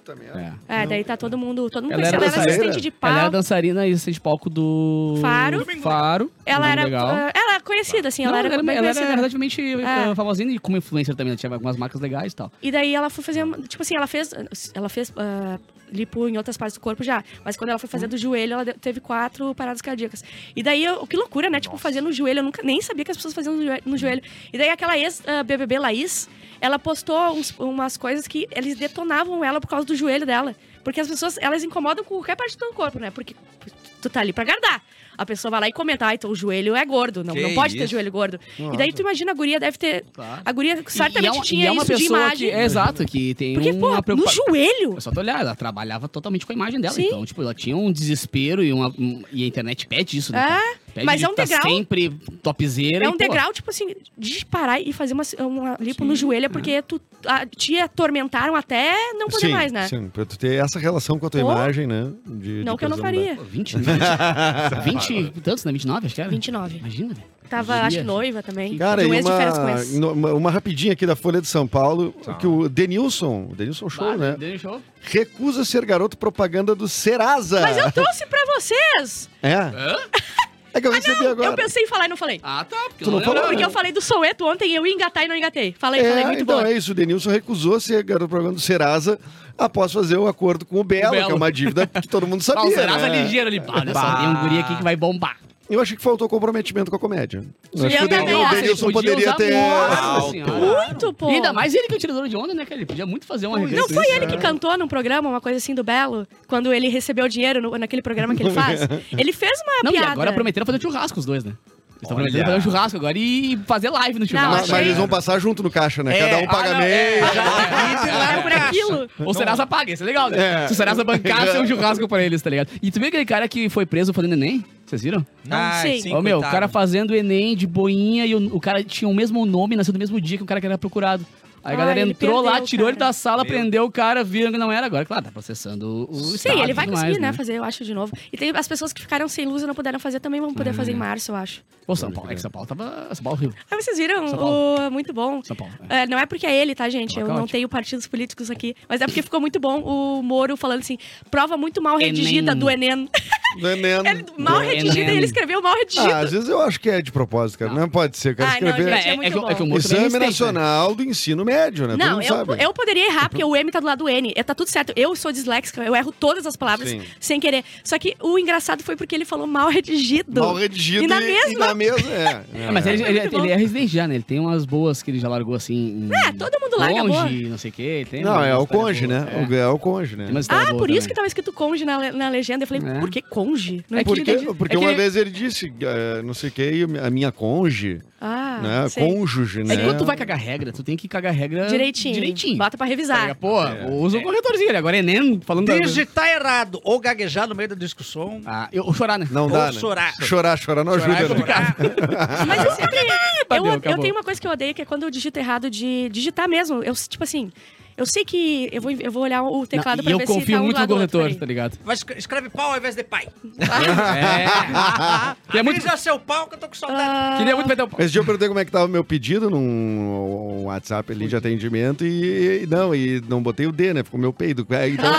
É, daí tá todo mundo. Todo mundo
Ela era
conhecendo. Ela era
dançarina.
assistente de
Ela era
pau.
dançarina e assistente de palco do...
Faro.
Faro.
Ela
nome
era,
legal.
ah, ela era conhecida, assim, ela
Não,
era bem
ela
conhecida.
era relativamente
É.
eh, famosinha e como influencer também. Ela tinha algumas marcas legais e tal.
E daí ela foi fazer. uma- Tipo assim, ela fez. Ela fez ah, lipo em outras partes do corpo já. Mas quando ela foi fazer do joelho, ela de- teve quatro paradas cardíacas. E daí, eu, que loucura, né? Tipo, fazer no joelho. Eu nunca nem sabia que as pessoas faziam no joelho. no joelho. E daí aquela ex-BBB Laís, ela postou uns- umas coisas que eles detonavam ela por causa do joelho dela. Porque as pessoas, elas incomodam com qualquer parte do teu corpo, né? Porque tu tá ali pra guardar. A pessoa vai lá e comenta, ai, teu joelho é gordo. Não,
Que
não pode ter
isso?
joelho gordo. E daí
Nossa.
tu imagina, a guria deve ter...
Claro.
A guria
E
certamente
é um-
tinha
e é uma
isso de
pessoa
imagem.
Que, é, exato, que tem
Porque,
uma
pô, no
preocupa-
joelho?
É só tu olhar, ela trabalhava totalmente com a imagem dela.
Sim.
Então, tipo, ela tinha um desespero e, uma, um- e a internet pede isso, né?
É.
cara? Pede
Mas é um
tá
degrau-
sempre topzeira.
É
e,
um
pô,
degrau, tipo assim, de parar e fazer uma, uma lipo no joelho, é porque tu, a- te atormentaram até não poder
sim,
mais, né?
Sim, pra tu ter essa relação com a tua
Pô.
imagem, né? de-
Não
de
que eu não
tesão, né?
faria.
20,
um.
20 e tantos, né? 29, acho que era.
29.
Imagina, velho.
Tava,
Guria,
acho que noiva também.
Cara,
de
e
um ex de férias com
uma,
ex.
no- uma, uma rapidinha aqui da Folha de São Paulo, que o Denilson, o Denilson Show,
Tá. Bah,
né?
Denilson Show.
Recusa ser garoto propaganda do Serasa.
Mas eu trouxe pra vocês!
É? É que eu recebi agora.
Eu pensei em falar e Ah, não falei.
Ah, tá. Porque
Tu não falou,
Porque
né?
eu falei do Soweto ontem, eu ia engatar e não engatei. Falei,
é,
falei, Tá muito
então
bom. né?
é isso, o Denilson recusou ser garoto propaganda do Serasa após fazer o acordo com o Belo,
O Belo.
que é uma dívida que todo mundo
Bah,
Ah,
sabia.
o Serasa
né?
ligeiro ali. Pá, olha só,
Bah.
tem um guri aqui que vai bombar.
Eu acho que faltou comprometimento com a comédia. Eu
Sim,
acho que
eu um
o Den-
também
o
acho,
Denilson
ele podia
poderia
usar
ter.
muito, senhora.
Muito, pô.
E ainda mais ele que é o tirador de onda, né, cara? Ele podia muito fazer uma
Não foi ele que cantou num programa, uma coisa assim do Belo, quando ele recebeu dinheiro no- naquele programa que ele faz? Ele fez uma
Não, e
piada.
agora prometeram fazer churrasco os dois, né? Eles estão
Olha.
prometendo fazer um churrasco agora e fazer live no
Ah,
churrasco.
Mas, mas eles vão passar junto no caixa, né?
É.
Cada um paga meio.
né?
por aquilo.
Ou o Serasa paga, isso é legal, né?
É.
Se o Serasa bancar, é um churrasco pra eles, tá ligado? E tu viu aquele cara que foi preso fazendo Enem? Vocês viram?
Não Ai, sei. sim,
Ô, meu, o
coitado.
cara fazendo Enem de boinha e o, o cara tinha o mesmo nome, nasceu no mesmo dia que o cara que era procurado. Aí a
Ai,
galera
Ah, ele
entrou lá,
perdeu,
tirou ele
cara.
da sala,
Meu.
prendeu o cara, viram que não era agora. Claro, tá processando o
Sim,
estado e
ele vai
tudo
conseguir,
mais,
né, fazer, eu acho, de novo. E tem as pessoas que ficaram sem luz e não puderam fazer também vão poder
Hum.
fazer em março, eu acho.
Pô, São Paulo, é que São Paulo tava... São Paulo Rio.
Ah, vocês viram?
São Paulo.
O- muito bom.
São Paulo. é.
É, não é porque é ele, tá, gente? Eu
Coloca
não
ótimo.
tenho partidos políticos aqui. Mas é porque ficou muito bom o Moro falando assim: prova muito mal redigida
Enem.
do Enem.
Veneno.
mal
Do
redigida,
Enem.
e ele escreveu mal redigido.
Ah, às vezes eu acho que é de propósito, cara. Não, pode ser. O cara
Ah, não,
escrever.
gente, é muito
que-
bom.
que o Moro também
Exame
respeita, né?
Nacional do Ensino Médio, né?
Não,
Todo mundo
eu,
sabe.
eu poderia errar, porque o M tá do lado do N. É, Tá tudo certo. Eu sou disléxica, eu erro todas as palavras
Sim.
sem querer. Só que o engraçado foi porque ele falou mal redigido.
Mal redigido
E na
e-
mesma.
e na mesma é,
É, mas ele, ele,
Muito bom.
ele é residente já, né? Ele tem umas boas que ele já largou assim. Em
É, todo mundo larga
conge,
boa.
não sei o quê. Tem
Não,
umas
é o
histórias
conge,
boas.
né? O- É o conge, né?
Tem umas histórias
Ah,
boas
por isso que
também.
tava escrito conge na, le- na legenda. Eu falei,
É.
por que conge? Não
É que-
entendi.
Porque, porque
É que-
uma vez ele disse, eh, não sei o que, a minha conge,
Ah,
é
né?
sei.
Cônjuge, né?
Mas quando tu vai cagar regra, tu tem que cagar regra
Direitinho.
direitinho.
Bota pra
Tá ligado?
revisar.
Pô,
É.
usa o corretorzinho. né? Agora é Enem falando da-
Digitar tá errado ou gaguejar no meio da discussão.
Ah, eu, ou chorar, né?
Não
Ou
dá, né?
chorar.
Chorar, chorar não
Chorar, é
ajuda, né?
chorar.
Mas eu sempre. eu,
Bateu,
eu
Tá acabou.
tenho uma coisa que eu odeio, que é quando eu digito errado de digitar mesmo. Eu, tipo assim, eu sei que. Eu vou, eu vou olhar o teclado
Não,
pra
e eu
ver se
confio
tá um do
muito no
lado do outro,
corretor,
peraí.
tá ligado?
Mas esc- escreve pau ao invés de pai.
É. é muito...
Avisa seu pau que eu tô com
Ah,
saudade.
Queria muito meter o pau.
Esse dia eu perguntei como é que tava o meu pedido num WhatsApp ali de atendimento e, e não, e não botei o D, né? Ficou meu peido. Aí, então-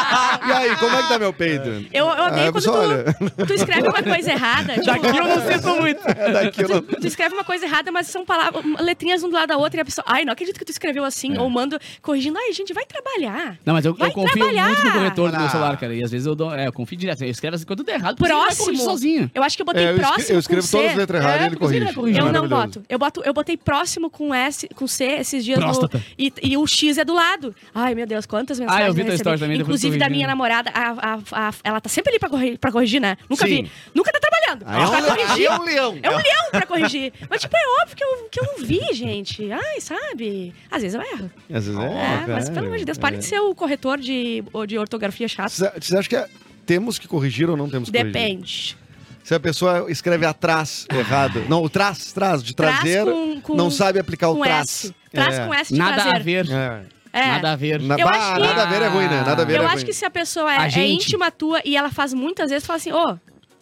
Ah!
e aí, como é que tá meu peido?
Eu, eu
Ah,
odeio
eu
quando
só olho.
tu, tu escreve uma coisa errada. tipo,
Daqui eu não sinto muito.
Daqui eu não...
Tu escreve uma coisa errada, mas são palavras, letrinhas um do lado da outra e a pessoa. Ai, não acredito que tu escreveu assim.
É.
Ou mando corrigindo. Ai, gente, vai trabalhar.
Não, mas eu, eu
Vai
confio
trabalhar.
muito no corretor do meu
Ah.
celular, cara. E às vezes eu dou. É, eu confio direto. Eu escrevo assim, quando der errado, porque ele vai
Próximo.
corrigir sozinho.
Eu acho que eu botei
É, eu escre-
próximo.
eu escrevo
com
todas
C.
as letras erradas
É,
e ele
porque ele
corrige.
vai corrigir.
É
Eu não
maravilhoso.
boto. Eu, boto. eu botei próximo com S, com C esses dias no,
Próstata.
e, e o X é do lado. Ai, meu Deus, quantas mensagens
Ah, eu vi tua
recebi.
história também, depois
Inclusive
tu
da
corrigiu.
minha namorada, a- a- a- ela tá sempre ali pra corrigir, pra corrigir né? Nunca
Sim.
vi. Nunca tá trabalhando.
Aí é
pra
um le-
corrigir.
aí é um leão.
É um leão pra corrigir. Mas, tipo, é óbvio que eu, que eu não vi, gente. Ai, sabe? Às vezes eu erro.
Às vezes é,
É, mas,
cara,
pelo amor de Deus,
é.
pare de ser o corretor de, ou de ortografia chato.
Vocês vocês acham que é- temos que corrigir ou não temos que corrigir?
Depende.
Se a pessoa escreve atrás errado. Não, o trás, trás, de
Trás
traseiro,
com- com-
não sabe aplicar é o
com
trás.
S. Traz
É.
com S de
Nada a
traseiro.
ver.
É.
É.
Nada a ver.
Na-
Eu
Bah,
acho que-
Nada a ver é ruim, né? Nada a ver é
Eu
ruim.
acho que se a pessoa
Tá A
é, é
gente.
íntima tua e ela faz muitas vezes, fala assim, ô,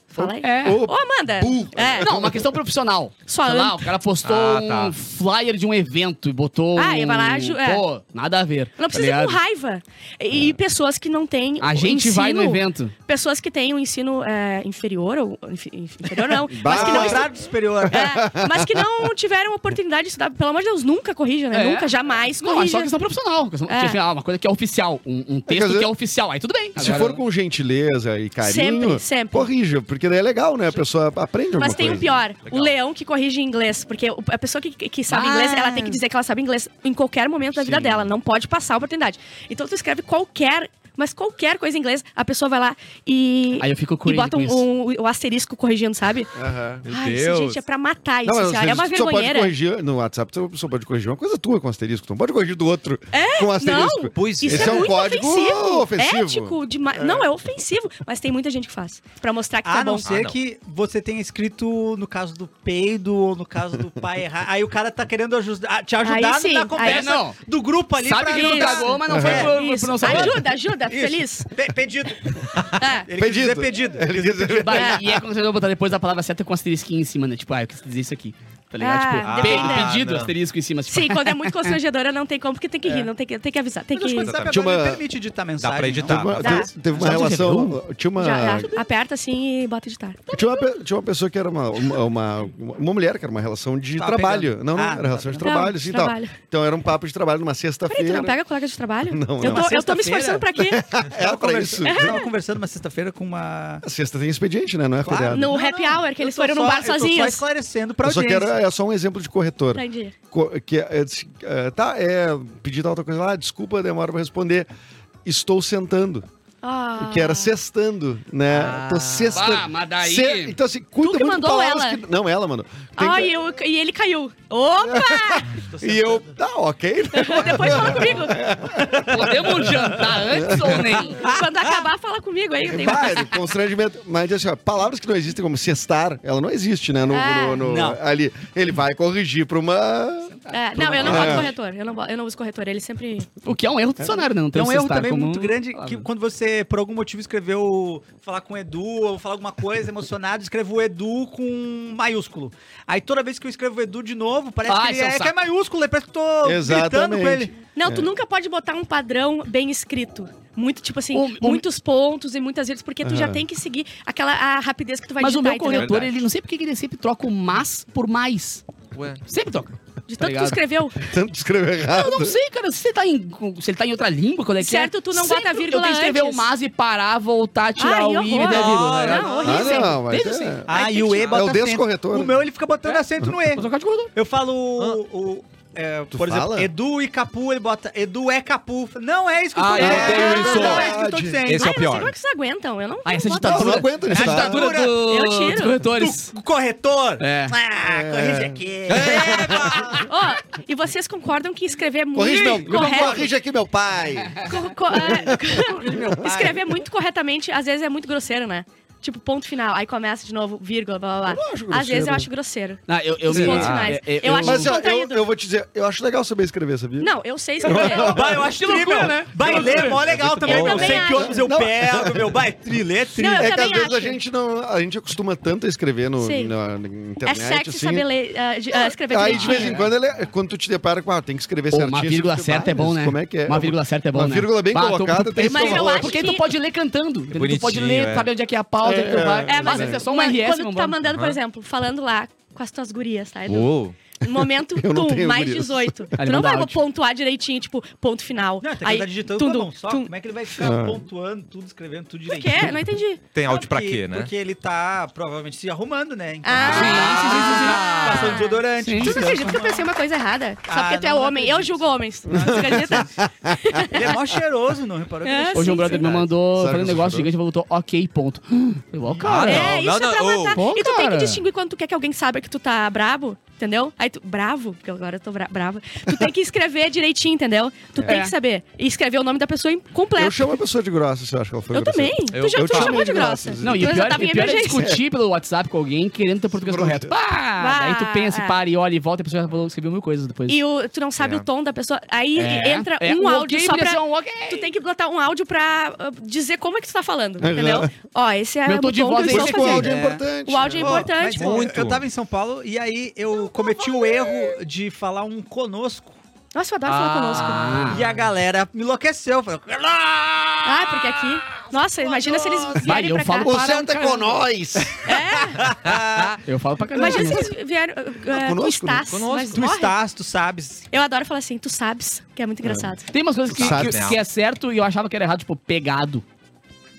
fala aí.
É. Tá
Ô, Amanda. É.
Não, uma questão profissional.
Só
Sei lá,
an-
o cara postou
Ah, tá.
um flyer de um evento e botou.
Ah,
um...
e vai lá, ju- é.
Pô, nada a ver.
Não
tá
precisa ir com
ligado? É.
raiva. E e pessoas que não têm
A
o
gente vai no
ensino-
evento.
Pessoas que têm o ensino é, inferior, ou inf- inf- inferior não, mas,
Bah.
que não estu-
Contrário do superior.
é, mas que não tiveram oportunidade de estudar. Pelo amor de Deus, nunca corrija, né?
É.
Nunca, jamais
Não, é
corrija.
só questão profissional. Questão,
É.
Enfim, ah, uma coisa que é oficial. Um, um
que às
texto que,
vezes-
é oficial. Aí tudo bem.
Se
Agora-
for com gentileza e carinho,
Sempre, sempre.
corrija, porque daí é legal, né? A pessoa aprende alguma
Mas tem o
coisa.
pior, o leão que corrige em inglês. Porque o- a pessoa que, que sabe
Ah.
inglês, ela tem que dizer que ela sabe inglês em qualquer momento da vida dela. Não pode passar a oportunidade. Então tu escreve qualquer mas qualquer coisa em inglês, a pessoa vai lá e.
Aí eu fico
E
crazy
bota
com
um,
isso.
um- o asterisco corrigindo, sabe?
Aham.
Ai, isso, gente, é pra matar isso.
Ah, Não, mas
assim, ó, é uma
tu só pode
vergonheira.
corrigir no WhatsApp, tu só pode corrigir uma coisa tua com asterisco, tu não pode corrigir do outro
É,
com asterisco.
não.
Esse é, um
muito
código
ofensivo,
ofensivo.
Ético demais.
É.
Não, é ofensivo, mas tem muita gente que faz. Pra mostrar que
A
tá bom.
Ah, não ser que você tenha escrito no caso do peido ou no caso do pai errar. Aí o cara tá querendo ajudar- ah, te ajudar
Aí sim,
na
aí
conversa
não.
do grupo ali.
Sabe
pra
que não cagou, mas não foi
É.
por- por não saber. Ajuda, ajuda,
Isso.
feliz. É.
Pe- pedido. Ele quis
Pedido.
dizer pedido.
Ele
quis dizer pedido.
Bah, E é quando você vai botar depois a palavra certa com asterisquinho em cima, né? Tipo, ah, eu quis dizer isso aqui. Tá
Ah,
ligado? tipo, pe-
dependendo.
pedido,
Ah, não.
asterisco em cima. Tipo,
Sim, quando é muito constrangedora, não tem como, porque tem que
É.
rir, não tem que, tem que avisar. Tem que
Mas sabe,
Tinha
agora
uma-
me permite editar mensagem.
pra editar.
não?
Uma- te- Teve uma relação. uh, Tinha uma.
Já, já. Aperta assim e bota editar.
Tinha uma, pe- tinha uma pessoa que era uma, uma, uma, uma mulher que era uma relação de
Tava
trabalho.
pegando.
Não, não,
Ah,
era relação de
pegando.
trabalho,
Não,
assim
de
e tal.
trabalho.
Então era um papo de trabalho numa sexta-feira.
Peraí, tu não pega colega de trabalho?
Não,
eu
não.
tô, eu tô me
Sexta-feira.
esforçando pra quê?
Era É, pra isso.
Eu
Uhum.
tava conversando uma sexta-feira com uma.
A Sexta tem expediente, né? Não é
Claro.
feriado.
No
Não,
happy hour, que
eu
eles
tô
foram num
só-
bar
eu tô só
sozinhos.
esclarecendo
Eu só quero é só um exemplo de corretor.
Entendi.
Co- que é, é, disse, é, tá, é pedir tal outra coisa lá, desculpa, demora pra responder. Estou sentando.
Ah.
Que é- era sextando, né? Tô sextando.
Bah, mas daí-
Se- Então, assim, cuida
que
muito
mandou
palavras
ela?
que- Não, ela, mano.
Ai, eu, e ele caiu. Opa!
E eu, tá, ok.
Depois fala comigo.
Podemos jantar antes ou nem?
Quando acabar, fala comigo aí. Eu tenho...
Vai, constrangimento. Mas assim, ó, palavras que não existem como cestar, ela não existe, né? No,
É.
no- no-
Não.
Ali. Ele vai corrigir pra uma.
É, não, eu não
É.
boto corretor. Eu não, bo- eu não uso corretor. Ele sempre.
O que é um erro do dicionário, né? Não tem
É um erro
cestar
também
como-
muito grande que quando você, por algum motivo, escreveu falar com Edu ou falar alguma coisa emocionado, escrevo Edu com maiúsculo. Aí toda vez que eu escrevo Edu de novo, parece
Ah,
que, ele
isso é um
é, que é
saco.
maiúsculo, aí parece que eu tô gritando com ele.
Não, tu
É.
nunca pode botar um padrão bem escrito. Muito, tipo assim,
o-
muitos pontos e muitas vezes, porque tu já
Aham.
tem que seguir aquela a rapidez que tu vai
Mas o
digitar,
meu
entendeu?
corretor, ele não sei por que que ele sempre troca o mas por mais.
Ué.
Sempre troca.
De tanto que
tá
tu
ligado?
escreveu.
Tanto escreveu errado.
Eu não sei, cara. Se ele tá em, se ele tá em outra língua, qual é que
Certo,
é?
tu não
Sempre
bota a vírgula
Eu tenho que escrever o
antes.
mas e parar, voltar, tirar
Ai,
o i, meter a
horror.
vírgula. né?
Não,
horrível. Ah, não, mas
Desde
é- né?
sempre.
Ah, e o E bota acento. O meu ele fica
É.
botando acento no E. Eu falo o. o- é, por
fala?
exemplo, Edu e Capu, ele bota Edu é Capu. Não é isso que eu tô
Ah, eu odeio isso.
Não é isso que eu tô dizendo.
Esse é o
Ai,
pior.
Mas como é que vocês aguentam? Eu não.
Ah, essa é
não boto
ditadura.
isso.
né?
essa é
Tá.
ditadura do...
Eu tiro.
dos corretores.
Do corretor?
É.
Ah, corrige aqui.
Ó, e vocês concordam que escrever muito
Corrige, meu. Não
correto-
corrige aqui, meu pai.
co- co- é, escrever muito corretamente, às vezes é muito grosseiro, né? Tipo, ponto final, aí começa de novo, vírgula, blá blá blá. às
grosseiro.
vezes eu acho grosseiro.
Ah, eu, eu
Os
me-
pontos
Ah,
finais.
é-
Eu acho
Mas ó, eu,
descontraído.
eu vou te dizer, eu acho legal saber escrever, sabia?
Não, eu sei
Eu-
escrever. É
Bah, eu
acho tri, meu.
né?
Bah, ele é mó legal também.
Eu
Eu não
também
sei que
acho.
ônibus eu
Não.
pego, meu. Bah, é tri, lê, é tri.
Não, eu
é que às
também
vezes a
acho.
gente não. A gente acostuma tanto a escrever no,
Sim.
na, na internet.
É sexy
assim.
saber ler, ah, de- ah, escrever
Aí de vez em
direitinho.
quando, ele, é- quando tu te depara com, ah, tem que escrever
Pô,
certinho.
uma vírgula
assim, tu
certa é
vai,
bom,
mas
né?
Como é que é?
Uma vírgula certa é bom,
Uma
né?
vírgula bem
Bah, tu-
colocada tem que
Mas
tomar-
eu acho Porque
que-
tu pode ler cantando. entendeu? Tu pode
bonitinho,
ler,
é.
sabe onde é que é a pauta,
É,
é, tu vai.
é,
É, mas
mas
é só uma
Quando-
RS,
Quando
meu
tu tá
bom.
mandando, por
Aham.
exemplo, falando lá com as tuas gurias, tá, Edu?
Uou.
No Momento,
Eu não
tum,
tenho
mais
gurias.
18.
Ele
tu não
manda
vai
áudio.
pontuar direitinho, tipo, ponto final.
Não, tem que
aí,
andar digitando
tum,
com a mão só.
tum.
Como é que ele vai ficar
Ah.
pontuando tudo, escrevendo tudo
Por quê?
direitinho?
Não entendi.
Tem áudio pra
Porque-
quê, né?
Porque ele tá, provavelmente, se arrumando, né? Então,
Ah, sim, sim, sim, sim, sim.
Passando desodorante.
Tu não é acredita que eu pensei uma coisa errada? Só
Ah,
porque tu é
não
homem. Eu julgo homens. Tu acredita?
Ele é mó cheiroso, não reparou? que ele
É,
Hoje um
sim,
brother
sim.
meu mandou
Será
fazer um
que você
negócio
chorou?
gigante e botou ok, ponto. Ah, Eu falei, ó, cara.
é, isso é pra
ô.
matar.
Pô,
e tu tem que
cara.
distinguir quando tu quer que alguém saiba que tu tá brabo, entendeu? Aí tu, bravo, porque agora eu tô bra- brava. Tu tem que escrever direitinho, entendeu? Tu tem
É.
que saber. E escrever o nome da pessoa em- completo.
Eu chamo a pessoa de grossa, se eu acho que ela foi
Eu
grosseira.
também. Tu Eu- já- eu tu te chamou chamei de de grossa. grossa.
Não, e
Então
o
eu já
pior,
tava em
o pior é
emergência.
discutir pelo WhatsApp com alguém querendo ter português correto. Pá! Daí tu pensa,
é.
para e olha e volta e a pessoa já falou, escreveu mil coisas depois.
E o- tu não sabe
É.
o tom da pessoa. Aí
É.
entra
É,
um
um
áudio
ok,
só pra.
podia ser
Tu tem que botar um áudio pra ah, dizer como é que tu tá falando,
Aham.
entendeu? Ó, esse é
Meu
o
tom de
tom
voz
que
é
eu estou
esse aqui.
fazendo.
O áudio é importante,
O áudio é
Pô,
importante,
mas
pô.
Eu, eu tava em São Paulo e aí eu cometi o erro de falar um conosco.
Nossa, eu adoro
Ah.
falar conosco.
E a galera me enlouqueceu. Falou,
Ah, porque aqui. Nossa, imagina se eles
Vai,
vierem
eu
pra cá.
falo para O certo um é cara. com nós. "Ah,
Eu falo pra caramba.
Imagina se
né?
eles vieram. ah, ah, tu
conosco, né?
estás.
Conosco.
mas
Tu
morre.
estás, tu sabes.
Eu adoro falar assim, tu sabes, que é muito engraçado.
Tem umas coisas que,
Sabe,
que-
né?
que é certo e eu achava que era errado, tipo, pegado.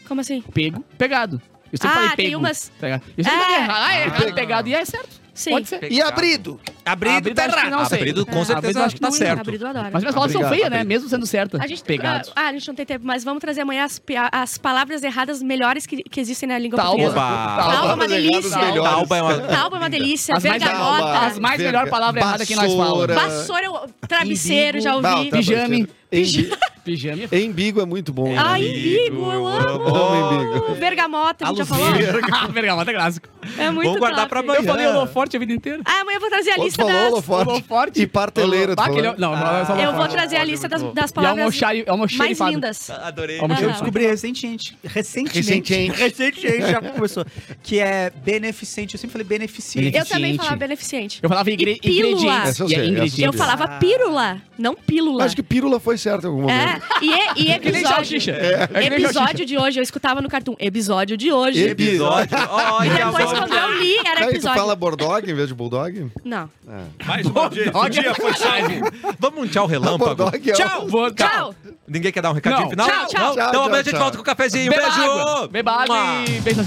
É.
Como assim?
Pego, pegado. Eu sempre
Ah,
falei
tem
pego.
umas-
tá ligado? Eu sempre
É.
falei errado. Ah, é
Ah.
errado, pegado. E é certo.
Sim.
Pode ser.
E abrido?
Abrido,
Abrido,
tá
acho que
errado.
não sei.
Abrido, com
É,
certeza,
abrido, acho que
tá
não.
certo.
Abrido, eu adoro.
Mas minhas palavras são
Obrigado,
feias, né?
Abrido.
Mesmo sendo certas.
A gente,
Pegados.
Ah, a gente não tem tempo, mas vamos trazer amanhã as, pia- as palavras erradas melhores que, que existem na língua
Tauba.
portuguesa.
Oba.
Tauba é uma
Palavras
delícia.
erradas melhores. Tauba é
um
uma-
Tauba é uma delícia.
As mais-
Vergalhota.
Tauba, as mais verga- melhor palavra errada que nós falamos.
Vassoura, eu- travesseiro, já
Não,
ouvi.
tá parecido. Embi-
Pijame.
Embigo é muito bom. né?
Ai, embigo, eu amo.
Eu amo embigo.
Vergamota, a gente já falou.
Bergamota é clássico.
É muito Vou guardar top. pra amanhã.
Eu falei holoforte a vida inteira.
Ah, amanhã eu vou trazer a lista
falou
das...
holoforte. Holoforte.
E parteleiro, tu
Ah, aquele-
falou?
Não, não, é só
Eu vou
holoforte.
trazer a lista das, das
E
palavras
almoxari-
mais
almoxarifado.
lindas.
Adorei.
Almoxarifado.
Eu descobri recentemente. Recentemente.
Recentemente.
recentemente, já começou. Que é beneficente. Eu sempre falei beneficente.
Eu também falava beneficente.
Eu falava ingre-
e pílula.
ingredientes.
Essa eu E é sei, essa eu ingredientes. sei.
Eu falava pílula, não pílula.
Acho que pílula foi certo em algum momento.
É, e, e- e
É que nem
episódio.
salsicha. É. É que nem salsicha.
Episódio de hoje, eu escutava no cartoon. Episódio de hoje.
Episódio.
e depois, quando eu li, era
Cara, e tu
episódio.
fala Bordog em vez de Bulldog?
Não.
Mais um dia, um
é
dia foi salvo. Vamos um tchau relâmpago.
Bulldog é o-
Tchau.
Vou-
Tchau.
Ninguém quer dar um recadinho
Não.
final?
Tchau, tchau.
Não? Então
Tchau,
amanhã a gente
tchau.
volta com o cafezinho.
Beba
Beijo.
água. Beba água e beijo nas